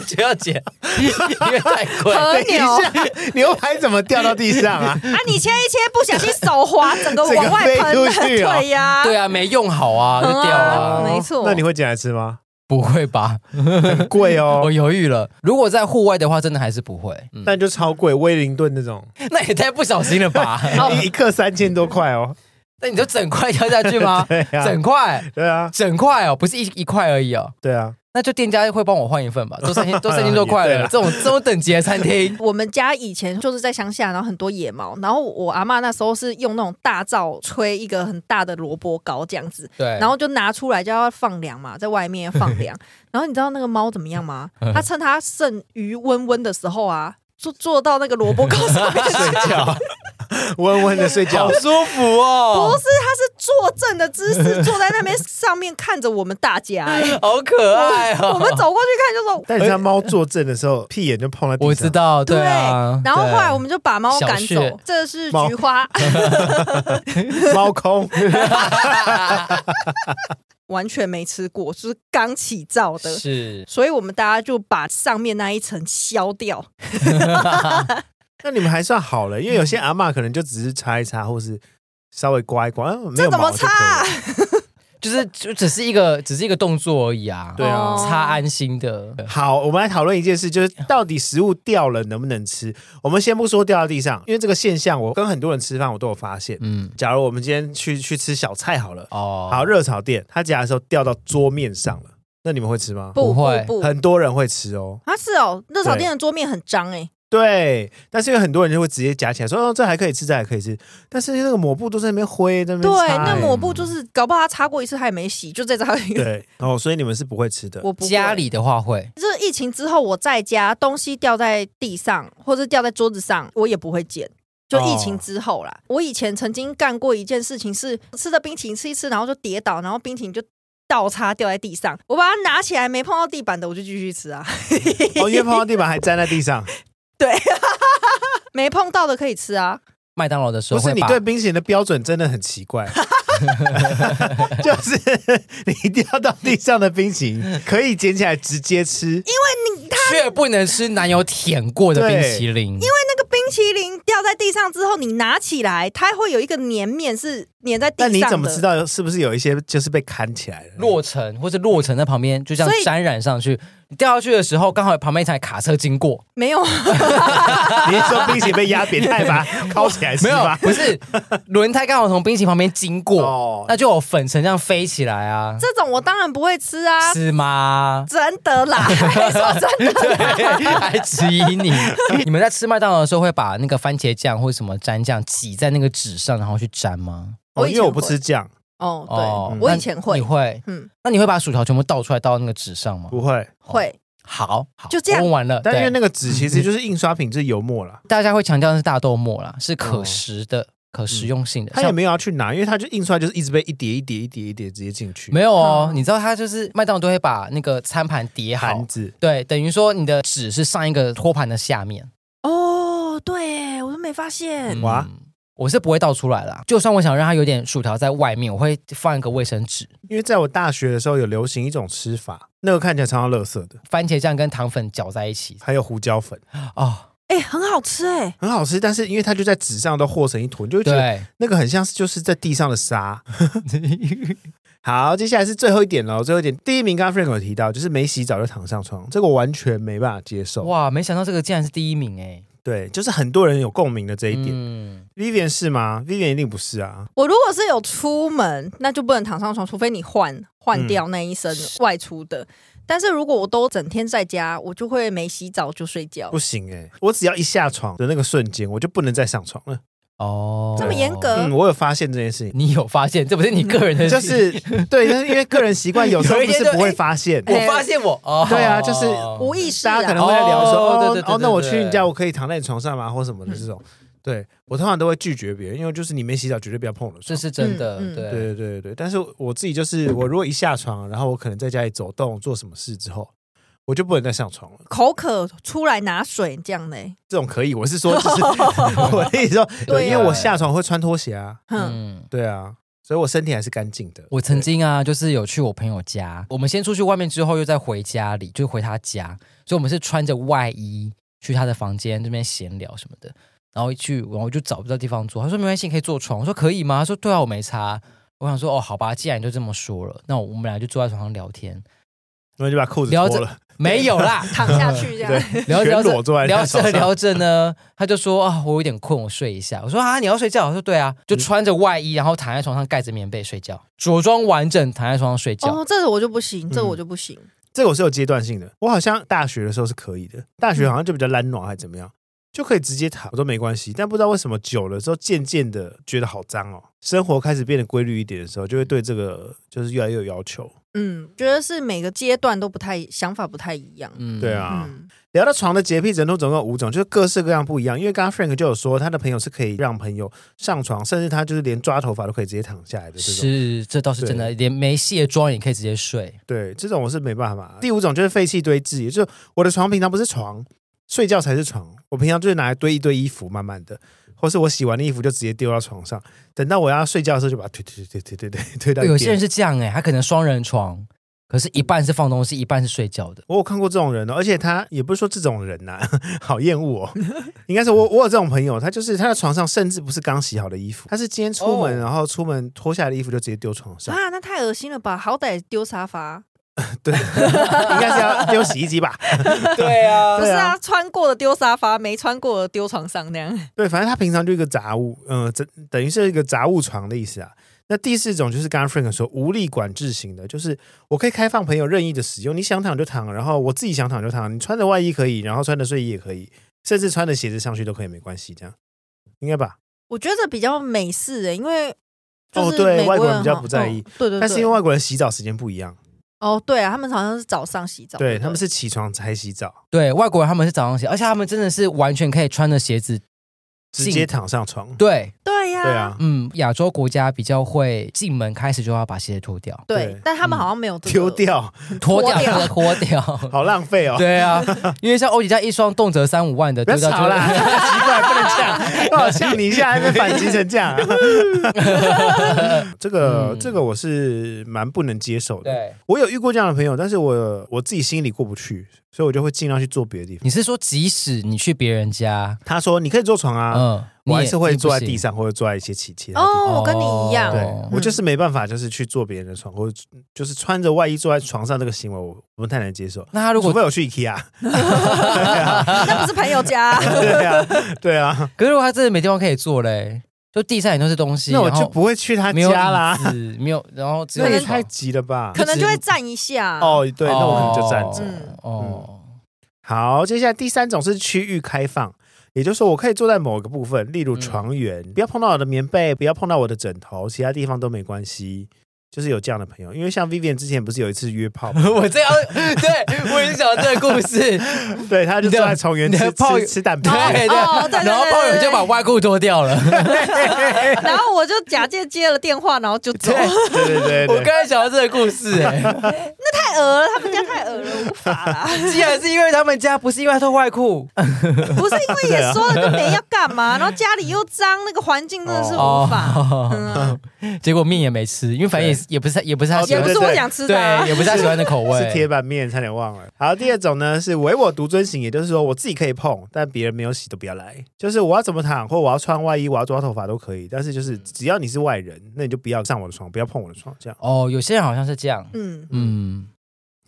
Speaker 3: 就要捡， 因为太贵。
Speaker 2: 和
Speaker 1: 等一
Speaker 2: 牛啊，
Speaker 1: 下， 牛排怎么掉到地上 啊？
Speaker 2: 你切一切，不小心手滑，整个
Speaker 1: 整个
Speaker 2: 往外
Speaker 1: 飞
Speaker 2: 喷
Speaker 1: 出
Speaker 2: 了，
Speaker 1: 去哦
Speaker 2: 对 呀，
Speaker 3: 对啊，没用好啊，就掉
Speaker 2: 啊
Speaker 3: 了、
Speaker 2: 没错，
Speaker 1: 那你会捡来吃吗？
Speaker 3: 不会吧？
Speaker 1: 很贵哦
Speaker 3: 我，犹豫了。如果在户外的话，真的还是不会。嗯，
Speaker 1: 但就超贵，威灵顿那种，
Speaker 3: 那也太不小心了 吧？
Speaker 1: 一一克三千多块哦。
Speaker 3: 那你就整块掉下去 吗？
Speaker 1: 对啊
Speaker 3: 整块，
Speaker 1: 对啊，
Speaker 3: 整块哦，不是一一块而已哦。
Speaker 1: 对啊，
Speaker 3: 那就店家会帮我换一份吧，都三 千都三千多块
Speaker 1: 也对
Speaker 3: 了，
Speaker 1: 啦
Speaker 3: 这种这种等级的餐厅
Speaker 2: 我们家以前就是在乡下，然后很多野猫，然后我阿嬷那时候是用那种大灶吹一个很大的萝卜糕这样子，
Speaker 3: 对，
Speaker 2: 然后就拿出来就要放凉嘛，在外面放凉。然后你知道那个猫怎么样吗？它趁它剩余温温的时候啊，就坐到那个萝卜糕上面去。
Speaker 1: 睡觉，温温的睡觉
Speaker 3: 好。舒服
Speaker 2: 不
Speaker 3: 哦，
Speaker 2: 是，它是坐正的姿势，坐在那边上面看着我们大家、哎
Speaker 3: 好可爱哦。
Speaker 2: 我们走过去看就说。
Speaker 1: 但你知道猫坐正的时候，屁眼就碰在地上。
Speaker 3: 哎我知，道，
Speaker 2: 对，
Speaker 3: 啊。
Speaker 2: 然后后来我
Speaker 3: 们
Speaker 2: 们就把猫
Speaker 3: 小
Speaker 2: 赶
Speaker 3: 穴
Speaker 2: 走。这是
Speaker 1: 猫
Speaker 2: 菊花，
Speaker 1: 猫空
Speaker 2: 完全没吃过，就是刚起灶的。
Speaker 3: 是
Speaker 2: 所以我们大家就把上面那一层削掉，
Speaker 1: 那你们还算好了，因为有些阿嬷可能就只是擦一擦，或是稍微刮一刮，啊没
Speaker 2: 这
Speaker 1: 有
Speaker 2: 怎
Speaker 1: 毛
Speaker 2: 么
Speaker 1: 就可以
Speaker 2: 擦
Speaker 1: 了
Speaker 2: 啊？
Speaker 3: 就是就只是一个只是一个动作而已啊，
Speaker 1: 对啊
Speaker 2: 哦
Speaker 3: 擦安心的。
Speaker 1: 好，我们来讨论一件事，就是到底食物掉了能不能吃？我们先不说掉到地上，因为这个现象，我跟很多人吃饭，我都有发现。
Speaker 3: 嗯，
Speaker 1: 假如我们今天去去吃小菜好了，
Speaker 3: 哦，
Speaker 1: 好热炒店，他夹的时候掉到桌面上了，那你们会吃吗？
Speaker 2: 不
Speaker 3: 不会
Speaker 2: 不
Speaker 1: 很多人会吃哦。
Speaker 2: 啊是哦，热炒店的桌面很脏哎，
Speaker 1: 对，但是有很多人就会直接夹起来说：“哦，这还可以吃，这还可以吃。”但是那个抹布都在那边挥，在那
Speaker 2: 对
Speaker 1: 边擦，
Speaker 2: 那
Speaker 1: 哎
Speaker 3: 欸
Speaker 2: 抹布就是搞不好他擦过一次他也没洗，就在这里。
Speaker 1: 对哦，所以你们是不会吃的。
Speaker 2: 我不会
Speaker 3: 家里的话会，
Speaker 2: 这疫情之后，我在家东西掉在地上或者掉在桌子上，我也不会捡。就疫
Speaker 3: 哦
Speaker 2: 情之后啦，我以前曾经干过一件事情是，吃的冰淇淋吃一吃，然后就跌倒，然后冰淇淋就倒插掉在地上，我把它拿起来，没碰到地板的我就继续吃啊，
Speaker 1: 哦，因为碰到地板还粘在地上，
Speaker 2: 没碰到的可以吃啊。
Speaker 3: 麦当劳的时
Speaker 1: 不
Speaker 3: 候
Speaker 1: 是
Speaker 3: 会
Speaker 1: 你
Speaker 3: 把
Speaker 1: 对冰淇淋的标准真的很奇 怪， 就是你掉到地上的冰淇淋可以捡起来直接吃，
Speaker 3: 却不能吃男友舔过的冰淇淋，因为
Speaker 2: 那个冰淇淋掉在地上之后，你拿起来，它会有一个粘面是粘在地
Speaker 1: 但
Speaker 2: 上的。
Speaker 1: 你怎么知？道是不是有一些就是被砍起来了？
Speaker 3: 落成或者落成在旁边就这样
Speaker 2: 所以
Speaker 3: 沾染上去，你掉下去的时候刚好有旁边一台卡车经过，
Speaker 2: 没有啊，
Speaker 1: 你是说冰淇淋被压扁，太把它烤起哎来是
Speaker 3: 没有
Speaker 1: 吧？
Speaker 3: 不是轮胎刚好从冰淇淋旁边经过，
Speaker 1: 哦，
Speaker 3: 那就有粉尘这样飞起来啊，
Speaker 2: 这种我当然不会吃啊，？
Speaker 3: 是吗
Speaker 2: 真的啦，还说真的啦。
Speaker 3: 还质疑你？你们在吃麦当劳的时候会把那个番茄酱或者什么蘸酱挤在那个纸上，然后去沾吗？
Speaker 1: 哦，因为我不
Speaker 2: 我以前
Speaker 1: 吃酱，
Speaker 2: 哦，对，
Speaker 3: 哦
Speaker 2: 我
Speaker 3: 那
Speaker 2: 以前会
Speaker 3: 你会，
Speaker 2: 嗯
Speaker 3: 嗯，那你会把薯条全部倒出来倒到那个纸上吗？
Speaker 1: 不会。
Speaker 2: 会，
Speaker 3: 好，好
Speaker 2: 就这样
Speaker 3: 我问完了。
Speaker 1: 但因为
Speaker 3: 对，
Speaker 1: 那个纸其
Speaker 3: 嗯
Speaker 1: 实就是印刷品，就是油墨啦，
Speaker 3: 大家会强调那是大豆沫啦，是可食的、可食用性的。
Speaker 1: 哦嗯它也
Speaker 3: 像
Speaker 1: 没有要去拿，因为它就印出来就是一直被一叠一叠一叠一叠直接进去，
Speaker 3: 没有哦，
Speaker 2: 嗯
Speaker 3: 你知道它就是麦当劳都会把那个餐盘叠好
Speaker 1: 盘，子。
Speaker 3: 对，等于说你的纸是上一个托盘的下面。
Speaker 1: 嗯
Speaker 2: 哦，对，我都没发现。
Speaker 1: 哇
Speaker 3: 嗯我是不会倒出来啦，就算我想让它有点薯条在外面，我会放一个卫生纸。
Speaker 1: 因为在我大学的时候有流行一种吃法，那个看起来超像垃圾的，
Speaker 3: 番茄酱跟糖粉搅在一起
Speaker 1: 还有胡椒粉，
Speaker 3: 哦，
Speaker 2: 哎、很好吃哎、
Speaker 1: 很好吃，但是因为它就在纸上都和成一坨，你就会觉得
Speaker 3: 对，
Speaker 1: 那个很像是就是在地上的沙。好，接下来是最后一点喽，最后一点，第一名刚刚 Frank 有提到，就是没洗澡就躺上床，这个我完全没办法接受。
Speaker 3: 哇，没想到这个竟然是第一名哎，
Speaker 1: 对，就是很多人有共鸣的这一点。
Speaker 3: 嗯，
Speaker 1: Vivian 是吗？Vivian 一定不是啊。
Speaker 2: 我如果是有出门，那就不能躺上床，除非你换换掉那一
Speaker 1: 嗯
Speaker 2: 身外出的。但是如果我都整天在家，我就会没洗澡就睡觉
Speaker 1: 不。行哎、我只要一下床的那个瞬间，我就不能再上床了。
Speaker 3: 哦，
Speaker 2: 这么严格
Speaker 1: 嗯，我有发现这件事情，
Speaker 3: 你有发现？这不是你个人的，
Speaker 1: 就是对，但是因为个人习惯，有时候
Speaker 3: 有一
Speaker 1: 不
Speaker 3: 天
Speaker 1: 是
Speaker 3: 就哎
Speaker 1: 不会发现。
Speaker 3: 我发现我哦，
Speaker 1: 对啊就是
Speaker 2: 无意识
Speaker 1: 大
Speaker 2: 啊
Speaker 1: 家可能会在聊说，
Speaker 3: 哦
Speaker 1: 哦，
Speaker 3: 对对对
Speaker 1: 哦，那我
Speaker 3: 对
Speaker 1: 去
Speaker 3: 对嗯
Speaker 1: 你家，我可以躺在你床上吗？或什么的这种。对我通常都会拒绝别人，因为就是你没洗澡，绝对不要碰我的
Speaker 3: 这
Speaker 1: 床。
Speaker 3: 是真的，
Speaker 2: 嗯嗯
Speaker 1: 对对
Speaker 3: 对，
Speaker 1: 对对，但是我自己就是，我如果一下床，然后我可能在家里走动做什么事之后，我就不能再上床了。
Speaker 2: 口渴出来拿水这样的、欸，
Speaker 1: 这种可以，我是说，就是 我跟你说，
Speaker 2: 对啊
Speaker 1: 对，因为我下床会穿拖鞋啊，
Speaker 2: 哼、
Speaker 3: 嗯。
Speaker 1: 对啊，所以我身体还是干净的。
Speaker 3: 我曾经啊，就是有去我朋友家，我们先出去外面之后，又再回家里，就回他家，所以我们是穿着外衣去他的房间这边闲聊什么的，然后一去，然后我就找不到地方坐，他说没关系，你可以坐床，我说可以吗？他说对啊，我没差。我想说哦，好吧，既然你就这么说了，那我们俩就坐在床上聊天，
Speaker 1: 然后就把裤子
Speaker 3: 聊
Speaker 1: 脱
Speaker 3: 着
Speaker 1: 了，
Speaker 3: 没有啦，
Speaker 2: 躺下去这样
Speaker 1: 对。，
Speaker 3: 聊着聊
Speaker 1: 全
Speaker 3: 着
Speaker 1: 裸坐在
Speaker 3: 聊
Speaker 1: 他床
Speaker 3: 着
Speaker 1: 上
Speaker 3: 聊着呢，他就说啊，我有点困，我睡一下。我说啊，你要睡觉？他说对啊，就穿着外衣，然后躺在床上盖着棉被睡觉，着装完整躺在床上睡觉。
Speaker 2: 哦，这个我就不
Speaker 1: 嗯
Speaker 2: 行，这个我就不行。
Speaker 1: 这个我是有阶段性的。我好像大学的时候是可以的，大学好像就比较懒暖还是怎么样，就可以直接躺，我都没关系。但不知道为什么久了之后，渐渐的觉得好脏哦。生活开始变得规律一点的时候，就会对这个就是越来越有要求。
Speaker 2: 嗯，觉得是每个阶段都不太想法不太一样。
Speaker 3: 嗯
Speaker 1: 对，啊，
Speaker 2: 嗯，
Speaker 1: 聊到床的洁癖程度，总共有五种，就是各式各样不一样。因为刚刚 Frank 就有说，他的朋友是可以让朋友上床，甚至他就是连抓头发都可以直接躺下来的这种。
Speaker 3: 是这倒是真的，连没卸妆也可以直接睡。
Speaker 1: 对，这种我是没办法。第五种就是废弃堆置，也就是我的床平常不是床，睡觉才是床。我平常就是拿来堆一堆衣服，慢慢的，或是我洗完的衣服就直接丢到床上，等到我要睡觉的时候就把它推推推推推推推推到一边。
Speaker 3: 欸有些人是这样哎、他可能双人床，可是一半是放东西，一半是睡觉的。
Speaker 1: 我有看过这种人哦，而且他也不是说这种人呐、 好厌恶哦。应该是我，我有这种朋友，他就是他的床上甚至不是刚洗好的衣服，他是今天出门，
Speaker 3: 哦
Speaker 1: 然后出门脱下来的衣服就直接丢床上，
Speaker 2: 啊，那太恶心了吧！好歹丢沙发，
Speaker 1: 对，应该是要丢洗衣机吧？
Speaker 2: 不
Speaker 3: 对啊
Speaker 2: 是
Speaker 1: 对啊
Speaker 2: 啊，穿过的丢沙发，没穿过的丢床上那样。
Speaker 1: 对，反正他平常就一个杂物，嗯、这等于是一个杂物床的意思啊。那第四种就是刚刚 Frank 说无力管制型的，就是我可以开放朋友任意的使用，你想躺就躺，然后我自己想躺就躺，你穿着外衣可以，然后穿着睡衣也可以，甚至穿着鞋子上去都可以，没关系，这样应该吧？
Speaker 2: 我觉得比较美式欸的、因为就
Speaker 1: 哦
Speaker 2: 是
Speaker 1: 对
Speaker 2: 美
Speaker 1: 外国
Speaker 2: 人
Speaker 1: 人比较
Speaker 2: 哈
Speaker 1: 不在意
Speaker 2: 嗯对对对，
Speaker 1: 但是因为外国人洗澡时间不一样，
Speaker 2: 哦对啊，他们好像是早上洗澡，
Speaker 1: 对
Speaker 2: 不
Speaker 1: 他们是起床才洗澡，
Speaker 3: 对外国人他们是早上起，而且他们真的是完全可以穿着鞋子。
Speaker 1: 直
Speaker 3: 进
Speaker 1: 接躺上床。
Speaker 3: 对，
Speaker 2: 对呀、
Speaker 1: 对啊，
Speaker 3: 嗯，亚洲国家比较会进门开始就要把鞋子脱掉，
Speaker 2: 对
Speaker 1: 对
Speaker 2: 但他们好像没有、这个
Speaker 1: 嗯丢，掉，
Speaker 3: 脱
Speaker 2: 脱
Speaker 3: 掉
Speaker 2: 掉
Speaker 3: 这个 脱掉。
Speaker 1: 好浪费哦！
Speaker 3: 对啊，因为像欧姐家一双动辄三五万的
Speaker 1: 不
Speaker 3: 丢
Speaker 1: 要
Speaker 3: 掉就
Speaker 1: 吵啦， 奇怪，不能这样，我好呛你一下，还被反击成这样、 这个
Speaker 3: 嗯
Speaker 1: 这个我是蛮不能接受的。
Speaker 3: 对，
Speaker 1: 我有遇过这样的朋友，但是我我自己心里过不去，所以我就会尽量去做别的地方。
Speaker 3: 你是说即使你去别人家，
Speaker 1: 他说你可以坐床啊，
Speaker 3: 嗯，
Speaker 1: 我还
Speaker 3: 你也
Speaker 1: 是会
Speaker 3: 你不
Speaker 1: 坐在地
Speaker 3: 行
Speaker 1: 上或者坐在一些其其他地方。
Speaker 2: 哦，我跟你一样，
Speaker 1: 对
Speaker 3: 哦
Speaker 1: 我就是没办法，就是去坐别人的床，或者就是穿着外衣坐在床上这个行为，我我不太能接受。
Speaker 3: 那他如
Speaker 1: 除
Speaker 3: 果
Speaker 1: 非我去 IKEA，
Speaker 2: 那不是朋友家，
Speaker 1: 对啊，对啊，
Speaker 3: 可是如果他真的没地方可以坐嘞，就地上也都是东西，
Speaker 1: 那我
Speaker 3: 然
Speaker 1: 就
Speaker 3: 后
Speaker 1: 不会去他
Speaker 3: 没有
Speaker 1: 家啦。
Speaker 3: 椅子没有，然 后只
Speaker 1: 那
Speaker 3: 有
Speaker 1: 也
Speaker 3: 床
Speaker 1: 太急了吧？
Speaker 2: 可能就会站一下。啊
Speaker 1: 哦，对，那我可能就站着。
Speaker 2: 嗯
Speaker 3: 哦，
Speaker 1: 好，接下来第三种是区域开放，也就是说我可以坐在某个部分，例如
Speaker 3: 嗯
Speaker 1: 床缘，不要碰到我的棉被，不要碰到我的枕头，其他地方都没关系。就是有这样的朋友，因为像 Vivian 之前不是有一次约炮吗，
Speaker 3: 我这样，对我已经讲到这个故 事，
Speaker 1: 对，他就坐在床缘
Speaker 3: 你
Speaker 1: 吃
Speaker 3: 的炮
Speaker 1: 吃吃蛋饼，
Speaker 3: 对
Speaker 2: 哦对对对
Speaker 3: 然后炮友就把外裤脱掉了。
Speaker 2: 然后我就假借接了电话，然后就走，
Speaker 1: 对
Speaker 3: 对
Speaker 1: 对对
Speaker 3: 我
Speaker 1: 对
Speaker 3: 刚。才讲到这个故事、 哎，
Speaker 2: 太恶了，他们家太恶了，无法啦。
Speaker 3: 既然是因为他们家，不是因为他脱外裤，
Speaker 2: 不是因为也说了就没要干嘛，然后家里又脏，那个环境真的是无法，嗯，
Speaker 3: 哦结果面也没吃，因为反正也是也不是也不是他
Speaker 1: 哦
Speaker 3: 喜
Speaker 2: 也
Speaker 3: 欢
Speaker 2: 不
Speaker 3: 的
Speaker 2: 是我想吃的啊
Speaker 3: 对，。也不是他喜欢的口味，
Speaker 1: 是铁板面，差点忘了。好，第二种呢是唯我独尊型，也就是说我自己可以碰，但别人没有洗都不要来。就是我要怎么躺，或我要穿外衣，我要抓头发都可以，但是就是只要你是外人，那你就不要上我的床，不要碰我的床，这样。
Speaker 3: 哦，有些人好像是这样，
Speaker 2: 嗯，
Speaker 3: 嗯，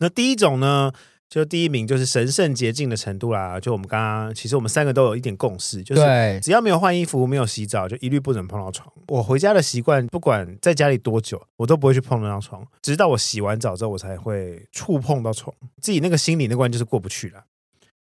Speaker 1: 那第一种呢，就第一名就是神圣洁净的程度啦，就我们刚刚其实我们三个都有一点共识，就是
Speaker 3: 对，
Speaker 1: 只要没有换衣服、没有洗澡，就一律不准碰到床。我回家的习惯，不管在家里多久，我都不会去碰那张床，直到我洗完澡之后，我才会触碰到床。自己那个心里那关就是过不去了。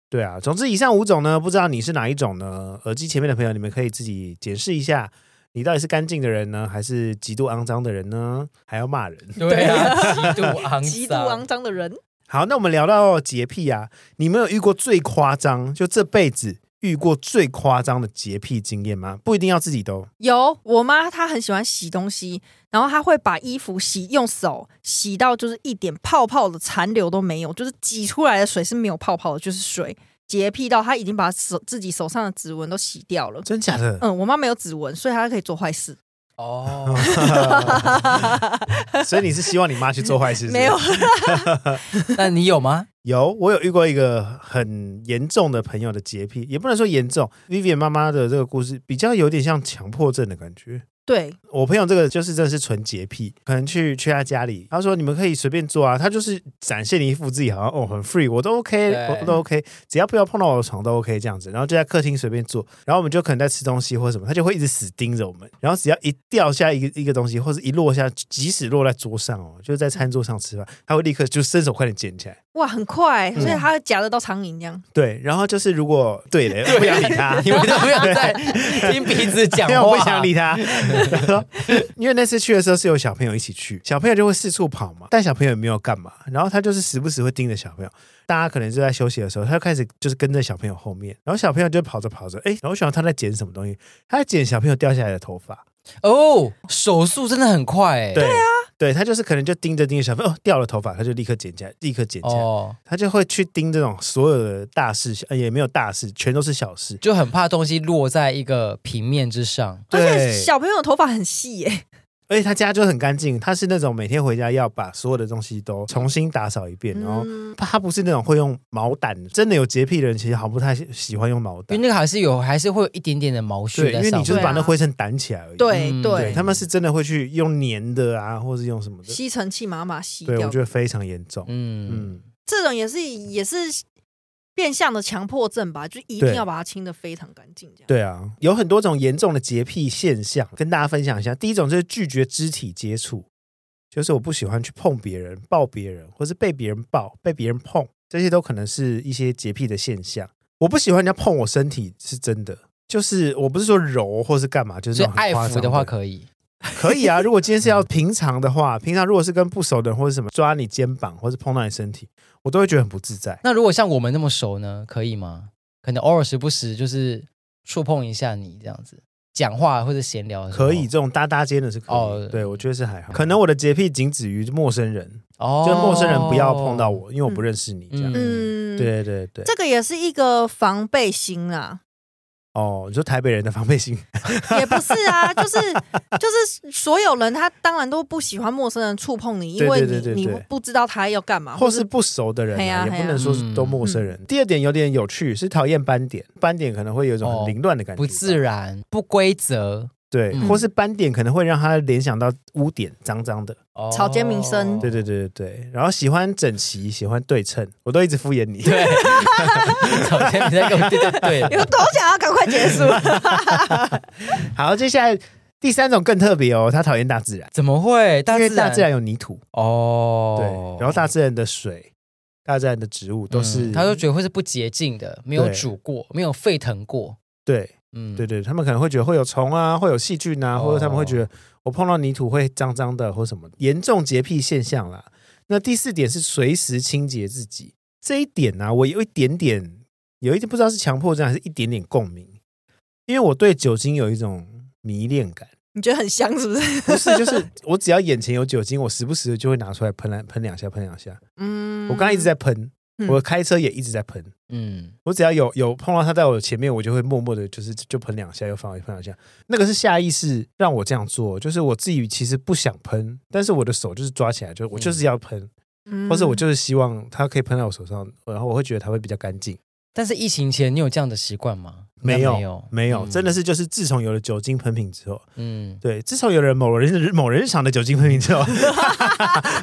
Speaker 1: 对啊，总之以上五种呢，不知道你是哪一种呢？耳机前面的朋友，你们可以自己检视一下，你到底是干净的人呢，还是极度肮脏的人呢？还要骂人。
Speaker 3: 对啊， 极度肮脏，
Speaker 2: 极度肮脏的人，
Speaker 1: 好，那我们聊到洁癖啊，你们有遇过最夸张，就这辈子遇过最夸张的洁癖经验吗？不一定要自己哦都。
Speaker 2: 有我妈她很喜欢洗东西，然后她会把衣服洗用手洗到就是一点泡泡的残留都没有，就是挤出来的水是没有泡泡的，就是水。洁癖到她已经把手自己手上的指纹都洗掉了。
Speaker 1: 真假的？
Speaker 2: 嗯，我妈没有指纹，所以她可以做坏事。
Speaker 3: 哦，
Speaker 1: 所以你是希望你妈去做坏事是不是？
Speaker 2: 没有，
Speaker 3: 那你有吗？
Speaker 1: 有我有遇过一个很严重的朋友的洁癖，也不能说严重。Vivian 妈妈的这个故事比较有点像强迫症的感觉。
Speaker 2: 对，
Speaker 1: 我朋友这个就是真的是纯洁癖，可能去去他家里，他说你们可以随便做啊，他就是展现一副自己好像哦很 free，我都 OK，
Speaker 3: 对
Speaker 1: 我都 OK，只要不要碰到我的床都 OK 这样子，然后就在客厅随便坐，然后我们就可能在吃东西或什么，他就会一直死盯着我们，然后只要一掉下一个一个东西，或者一落下，即使落在桌上哦，就是在餐桌上吃饭，他会立刻就伸手快点捡起来。
Speaker 2: 哇，很快，
Speaker 1: 嗯
Speaker 2: 所以她夹得到苍蝇这样。
Speaker 1: 对，然后就是如果对了，不想理他，
Speaker 3: 你们都不要再听彼此讲
Speaker 1: 因为
Speaker 3: 话，
Speaker 1: 我不想理他。因为那次去的时候是有小朋友一起去，小朋友就会四处跑嘛，但小朋友也没有干嘛，然后他就是时不时会盯着小朋友。大家可能就在休息的时候，他就开始就是跟着小朋友后面，然后小朋友就跑着跑着，哎，然后我想他在捡什么东西，他在捡小朋友掉下来的头发。
Speaker 3: 哦，手速真的很快哎、
Speaker 1: 对啊，对他就是可能就盯着盯着小朋友，哦，掉了头发，他就立刻捡起来，立刻捡起来。
Speaker 3: 哦，
Speaker 1: 他就会去盯这种所有的大事，呃也没有大事，全都是小事。
Speaker 3: 就很怕东西落在一个平面之上。
Speaker 2: 而且
Speaker 1: 对
Speaker 2: 小朋友头发很细耶、
Speaker 1: 而且他家就很干净，他是那种每天回家要把所有的东西都重新打扫一遍，然后
Speaker 2: 嗯，
Speaker 1: 他不是那种会用毛掸，真的有洁癖的人其实好像不太喜欢用毛
Speaker 3: 因为
Speaker 1: 掸，
Speaker 3: 那个还是有，还是会有一点嗯点的毛絮
Speaker 1: 对，因
Speaker 3: 在
Speaker 1: 为
Speaker 3: 上
Speaker 1: 你就是
Speaker 3: 面。
Speaker 1: 把那
Speaker 2: 对啊
Speaker 1: 灰尘掸起来而已。
Speaker 2: 对
Speaker 3: 嗯
Speaker 1: 对，
Speaker 2: 对，
Speaker 1: 他们是真的会去用粘的啊，或是用什么的，
Speaker 2: 吸尘器马马吸
Speaker 1: 对我
Speaker 2: 掉
Speaker 1: 觉，得非常严重。
Speaker 3: 嗯，
Speaker 1: 嗯，
Speaker 2: 这种也是也是变相的强迫症吧，就一定
Speaker 1: 对
Speaker 2: 要把它清的非常干净，这样。
Speaker 1: 对啊，有很多种严重的洁癖现象，跟大家分享一下。第一种就是拒绝肢体接触，就是我不喜欢去碰别人、抱别人，或是被别人抱、被别人碰，这些都可能是一些洁癖的现象。我不喜欢人家碰我身体，是真的。就是我不是说揉或是干嘛，就是
Speaker 3: 所
Speaker 1: 那
Speaker 3: 以
Speaker 1: 种
Speaker 3: 爱
Speaker 1: 很夸
Speaker 3: 抚
Speaker 1: 张
Speaker 3: 的 话可以，
Speaker 1: 可以啊。如果今天是要平常的话，平常如果是跟不熟的人或者什么抓你肩膀或是碰到你身体，我都会觉得很不自在。
Speaker 3: 那如果像我们那么熟呢，可以吗？可能偶尔时不时就是触碰一下你这样子，讲话或者闲聊的时候
Speaker 1: 可以，这种搭搭肩的是可以，
Speaker 3: 哦
Speaker 1: 对我觉得是还好。可能我的洁癖仅止于陌生人，
Speaker 3: 哦，
Speaker 1: 就陌生人不要碰到我，因为我不认识你这样。
Speaker 2: 嗯，，
Speaker 1: 对对对，
Speaker 2: 哦这个也是一个防备心 啦，
Speaker 1: 哦，你说台北人的防备心，
Speaker 2: 也不是啊，就是就是所有人他当然都不喜欢陌生人触碰你，因
Speaker 1: 对
Speaker 2: 为
Speaker 1: 对对
Speaker 2: 你你
Speaker 1: 对对
Speaker 2: 不知道他要干嘛，
Speaker 1: 或是不熟的人、
Speaker 2: 哦嘿
Speaker 1: 啊，
Speaker 2: 呀
Speaker 1: 也
Speaker 2: 嘿
Speaker 1: 不
Speaker 2: 呀嗯
Speaker 1: 能说
Speaker 3: 嗯
Speaker 1: 是都陌生人。第二点有点有趣，是讨厌斑点，斑点可能会有一种
Speaker 3: 哦
Speaker 1: 很凌乱的感觉，
Speaker 3: 不自然、不规则，
Speaker 1: 对，
Speaker 3: 嗯
Speaker 1: 或是斑点可能会让他联想到污点，脏脏的。
Speaker 3: 哦
Speaker 2: 草菅民生
Speaker 1: 对对对对对，然后喜欢整齐，喜欢对称，我都一直敷衍你。
Speaker 3: 对，草菅民生跟我对对对
Speaker 2: 有多想要赶快结束，
Speaker 1: 好，接下来第三种更特别哦，他讨厌大自然，
Speaker 3: 怎么会？大
Speaker 1: 因为
Speaker 3: 自
Speaker 1: 大啊
Speaker 3: 然
Speaker 1: 自然有泥土，对，
Speaker 3: 哦，
Speaker 1: 然后大自然的水、大自然的植物都是，
Speaker 3: 嗯他都觉得会是不洁净的，没有
Speaker 1: 对
Speaker 3: 煮过，没有沸腾过，
Speaker 1: 对
Speaker 3: 嗯，
Speaker 1: 对对，他们可能会觉得会有虫啊，会有细菌啊，或者他们会觉得我碰到泥土会脏脏的或什么，严重洁癖现象啦。那第四点是随时清洁自己，这一点呢、我有一点点，有一点不知道是强迫症还是一点点共鸣，因为我对酒精有一种迷恋感，
Speaker 2: 你觉得很香是不是？
Speaker 1: 不是就是我只要眼前有酒精，我时不时就会拿出来喷来喷两下，喷两下。
Speaker 2: 嗯
Speaker 1: 我刚刚一直在喷，
Speaker 2: 嗯
Speaker 1: 我开车也一直在喷，
Speaker 3: 嗯，
Speaker 1: 我只要有有碰到他在我前面，我就会默默的，就是就喷两下，又放喷两下。那个是下意识让我这样做，就是我自己其实不想喷，但是我的手就是抓起来，就我就是要喷，
Speaker 2: 嗯
Speaker 1: 或者我就是希望它可以喷到我手上，然后我会觉得它会比较干净。
Speaker 3: 但是疫情前你有这样的习惯吗？
Speaker 1: 没有，
Speaker 3: 应该没有，
Speaker 1: 没有，
Speaker 3: 嗯
Speaker 1: 真的，是就是自从有了酒精喷瓶之后，
Speaker 3: 嗯，
Speaker 1: 对，自从有了某人某人厂的酒精喷瓶之 后，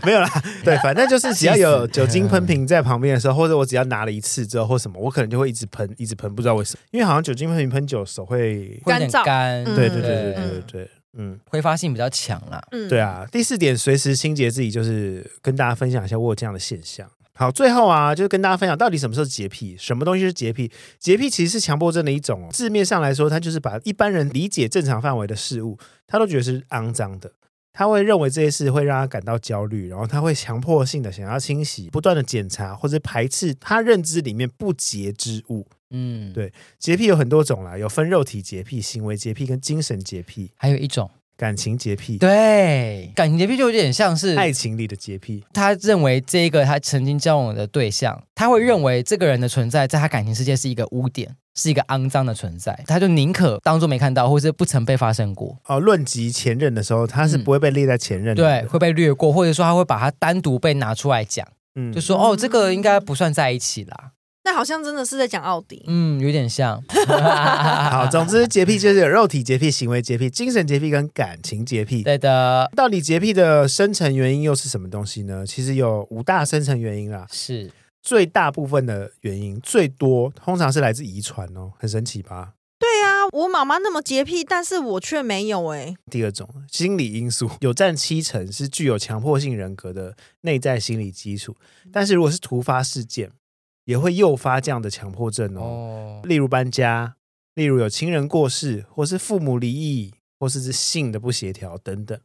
Speaker 1: 没有啦，对，反正就是只要有酒精喷瓶在旁边的时候，或者我只要拿了一次之后或什么，我可能就会一直喷，一直喷，不知道为什么，因为好像酒精喷瓶喷久手会，
Speaker 3: 会有
Speaker 2: 干
Speaker 3: 点
Speaker 2: 燥
Speaker 3: 干，
Speaker 2: 嗯
Speaker 1: 对对对对对
Speaker 2: 嗯
Speaker 1: 对对，嗯，
Speaker 3: 挥发性比较强啦。
Speaker 2: 嗯
Speaker 1: 对，啊。第四点，随时清洁自己，就是跟大家分享一下我有这样的现象。好，最后啊，就是跟大家分享到底什么时候洁癖，什么东西是洁癖。洁癖其实是强迫症的一种哦。字面上来说，它就是把一般人理解正常范围的事物，他都觉得是肮脏的。他会认为这些事会让他感到焦虑，然后他会强迫性的想要清洗、不断的检查或者排斥他认知里面不洁之物。
Speaker 3: 嗯，
Speaker 1: 对洁癖有很多种啦，有分肉体洁癖、行为洁癖跟精神洁癖、
Speaker 3: 还有一种，
Speaker 1: 感情洁癖、
Speaker 3: 对，感情洁癖就有点像是
Speaker 1: 爱情里的洁癖。
Speaker 3: 他认为这一个他曾经交往的对象，他会认为这个人的存在在他感情世界是一个污点，是一个肮脏的存在，他就宁可当做没看到，或是不曾被发生过，
Speaker 1: 哦，论及前任的时候，他是不会被列在前任的、
Speaker 3: 嗯对，会被略过，或者说他会把它单独被拿出来讲，
Speaker 1: 嗯
Speaker 3: 就说哦，这个应该不算在一起啦，
Speaker 2: 那好像真的是在讲奥迪，
Speaker 3: 嗯，有点 像，啊
Speaker 1: 好。总之，洁癖就是有肉体洁癖、行为洁癖、精神洁癖跟感情洁癖。
Speaker 3: 对的，
Speaker 1: 到底洁癖的深层原因又是什么东西呢？其实有五大深层原因啦，
Speaker 3: 是
Speaker 1: 最大部分的原因最多通常是来自遗传哦，很神奇吧？
Speaker 2: 对啊，我妈妈那么洁癖，但是我却没有哎、
Speaker 1: 第二种心理因素 有占七成，是具有强迫性人格的内在心理基础。但是如果是突发事件，也会诱发这样的强迫症哦
Speaker 3: 哦，
Speaker 1: 例如搬家，例如有亲人过世，或是父母离异，或是是性的不协调等等，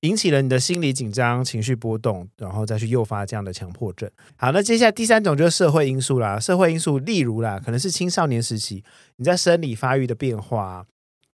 Speaker 1: 引起了你的心理紧张、情绪波动，然后再去诱发这样的强迫症。好，那接下来第三种就是社会因素啦，社会因素例如啦，可能是青少年时期你在生理发育的变化啊。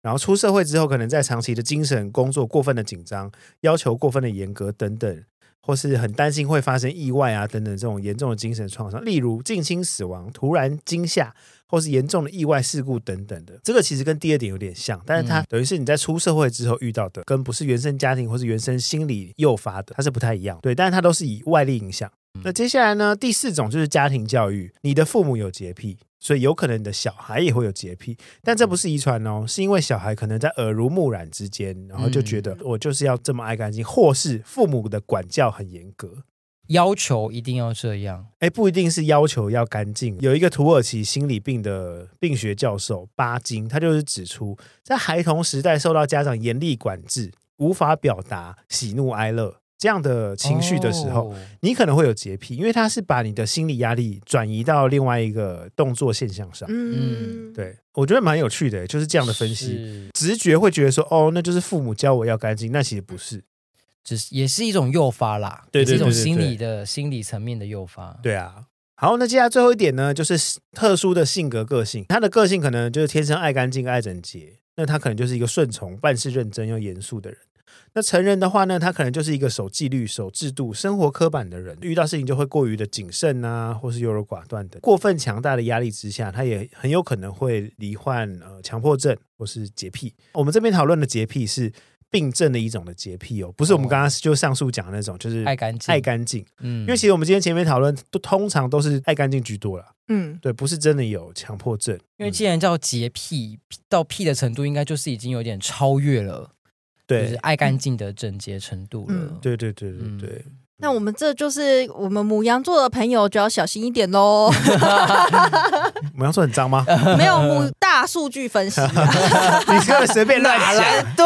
Speaker 1: 然后出社会之后，可能在长期的精神工作过分的紧张、要求过分的严格等等，或是很担心会发生意外啊等等这种严重的精神创伤，例如近亲死亡、突然惊吓或是严重的意外事故等等的。这个其实跟第二点有点像，但是它
Speaker 3: 嗯
Speaker 1: 等于是你在出社会之后遇到的，跟不是原生家庭或是原生心理诱发的，它是不太一样。对，但是它都是以外力影响。那接下来呢？第四种就是家庭教育，你的父母有洁癖，所以有可能你的小孩也会有洁癖，但这不是遗传哦，是因为小孩可能在耳濡目染之间，然后就觉得我就是要这么爱干净，或是父母的管教很严格。
Speaker 3: 要求一定要这样，
Speaker 1: 哎，不一定是要求要干净。有一个土耳其心理病的病学教授巴金，他就是指出，在孩童时代受到家长严厉管制，无法表达喜怒哀乐这样的情绪的时候，
Speaker 3: 哦
Speaker 1: 你可能会有洁癖，因为它是把你的心理压力转移到另外一个动作现象上。
Speaker 2: 嗯，
Speaker 1: 对，我觉得蛮有趣的，就是这样的分析。
Speaker 3: 哦是
Speaker 1: 直觉会觉得说，哦，那就是父母教我要干净，那其实不是。
Speaker 3: 只是也是一种诱发啦，
Speaker 1: 对对
Speaker 3: 也是一种
Speaker 1: 对对
Speaker 3: 心
Speaker 1: 对
Speaker 3: 理的心理层面的诱发。
Speaker 1: 对啊。好，那接下来最后一点呢，就是特殊的性格个性。他的个性可能就是天生爱干净、爱整洁，那他可能就是一个顺从、办事认真又严肃的人。那成人的话呢，他可能就是一个守纪律、守制度、生活刻板的人，遇到事情就会过于的谨慎啊，或是优柔寡断的。过分强大的压力之下，他也很有可能会罹患呃强迫症或是洁癖。我们这边讨论的洁癖是病症的一种的洁癖哦，不是我们
Speaker 3: 哦
Speaker 1: 刚刚就上述讲的那种，就是
Speaker 3: 爱干净，
Speaker 1: 爱，干净。
Speaker 3: 嗯，
Speaker 1: 因为其实我们今天前面讨论都通常都是爱干净居多啦，
Speaker 2: 嗯，
Speaker 1: 对，不是真的有强迫症，
Speaker 3: 因为既
Speaker 1: 嗯
Speaker 3: 然叫洁癖，到癖的程度，应该就是已经有点超越了，就是
Speaker 1: 对
Speaker 3: 爱干净的整洁程度了
Speaker 2: 嗯。
Speaker 1: 对对对对
Speaker 3: 嗯
Speaker 1: 对，
Speaker 2: 那我们这就是我们母羊座的朋友就要小心一点 喽。
Speaker 1: 我要说很 脏吗？
Speaker 2: 没有母大数据 分析啊，
Speaker 1: 你这个随便乱
Speaker 3: 哪
Speaker 1: 讲。
Speaker 3: 来？对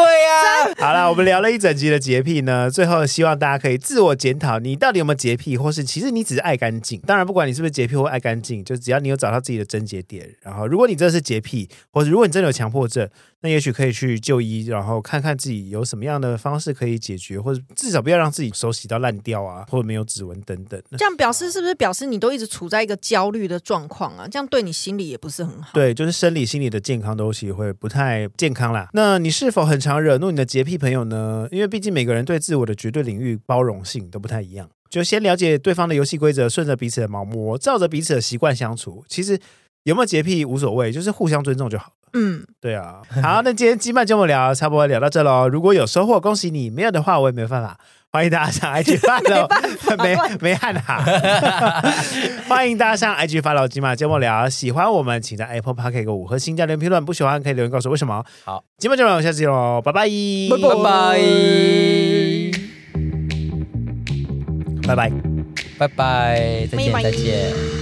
Speaker 2: 啊
Speaker 3: 呀、
Speaker 1: 好了，我们聊了一整集的洁癖呢，最后希望大家可以自我检讨，你到底有没有洁癖，或是其实你只是爱干净。当然，不管你是不是洁癖或爱干净，就只要你有找到自己的症结点，然后如果你真的是洁癖，或者如果你真的有强迫症，那也许可以去就医，然后看看自己有什么样的方式可以解决，或者至少不要让自己手洗到烂掉啊，或者没有指纹等等。
Speaker 2: 这样表示是不是表示你都一直处在一个焦虑的状况啊？这样对你心理也不是很好。
Speaker 1: 对，就是生理、心理的健康都其实会不太健康啦。那你是否很常惹怒你的洁癖朋友呢？因为毕竟每个人对自我的绝对领域包容性都不太一样。就先了解对方的游戏规则，顺着彼此的毛摸，照着彼此的习惯相处。其实有没有洁癖无所谓，就是互相尊重就好。
Speaker 2: 嗯，
Speaker 1: 对啊，好，那今天鸡曼就我聊，差不多聊到这喽。如果有收获，恭喜你；没有的话，我也没办法。欢迎大家上 IG
Speaker 2: 没
Speaker 1: follow，
Speaker 2: 办法，
Speaker 1: 没没汉哈。欢迎大家上 IG follow 金马节目聊。喜欢我们，请在 Apple Park 给个五颗星加留言评论；不喜欢可以留言告诉我为什么。
Speaker 3: 好，
Speaker 1: 金马节目聊，我们下次见喽，拜拜，
Speaker 3: 拜拜，
Speaker 1: 拜拜。
Speaker 3: 拜拜，再
Speaker 2: 拜
Speaker 3: 见，
Speaker 2: 拜
Speaker 3: 再见。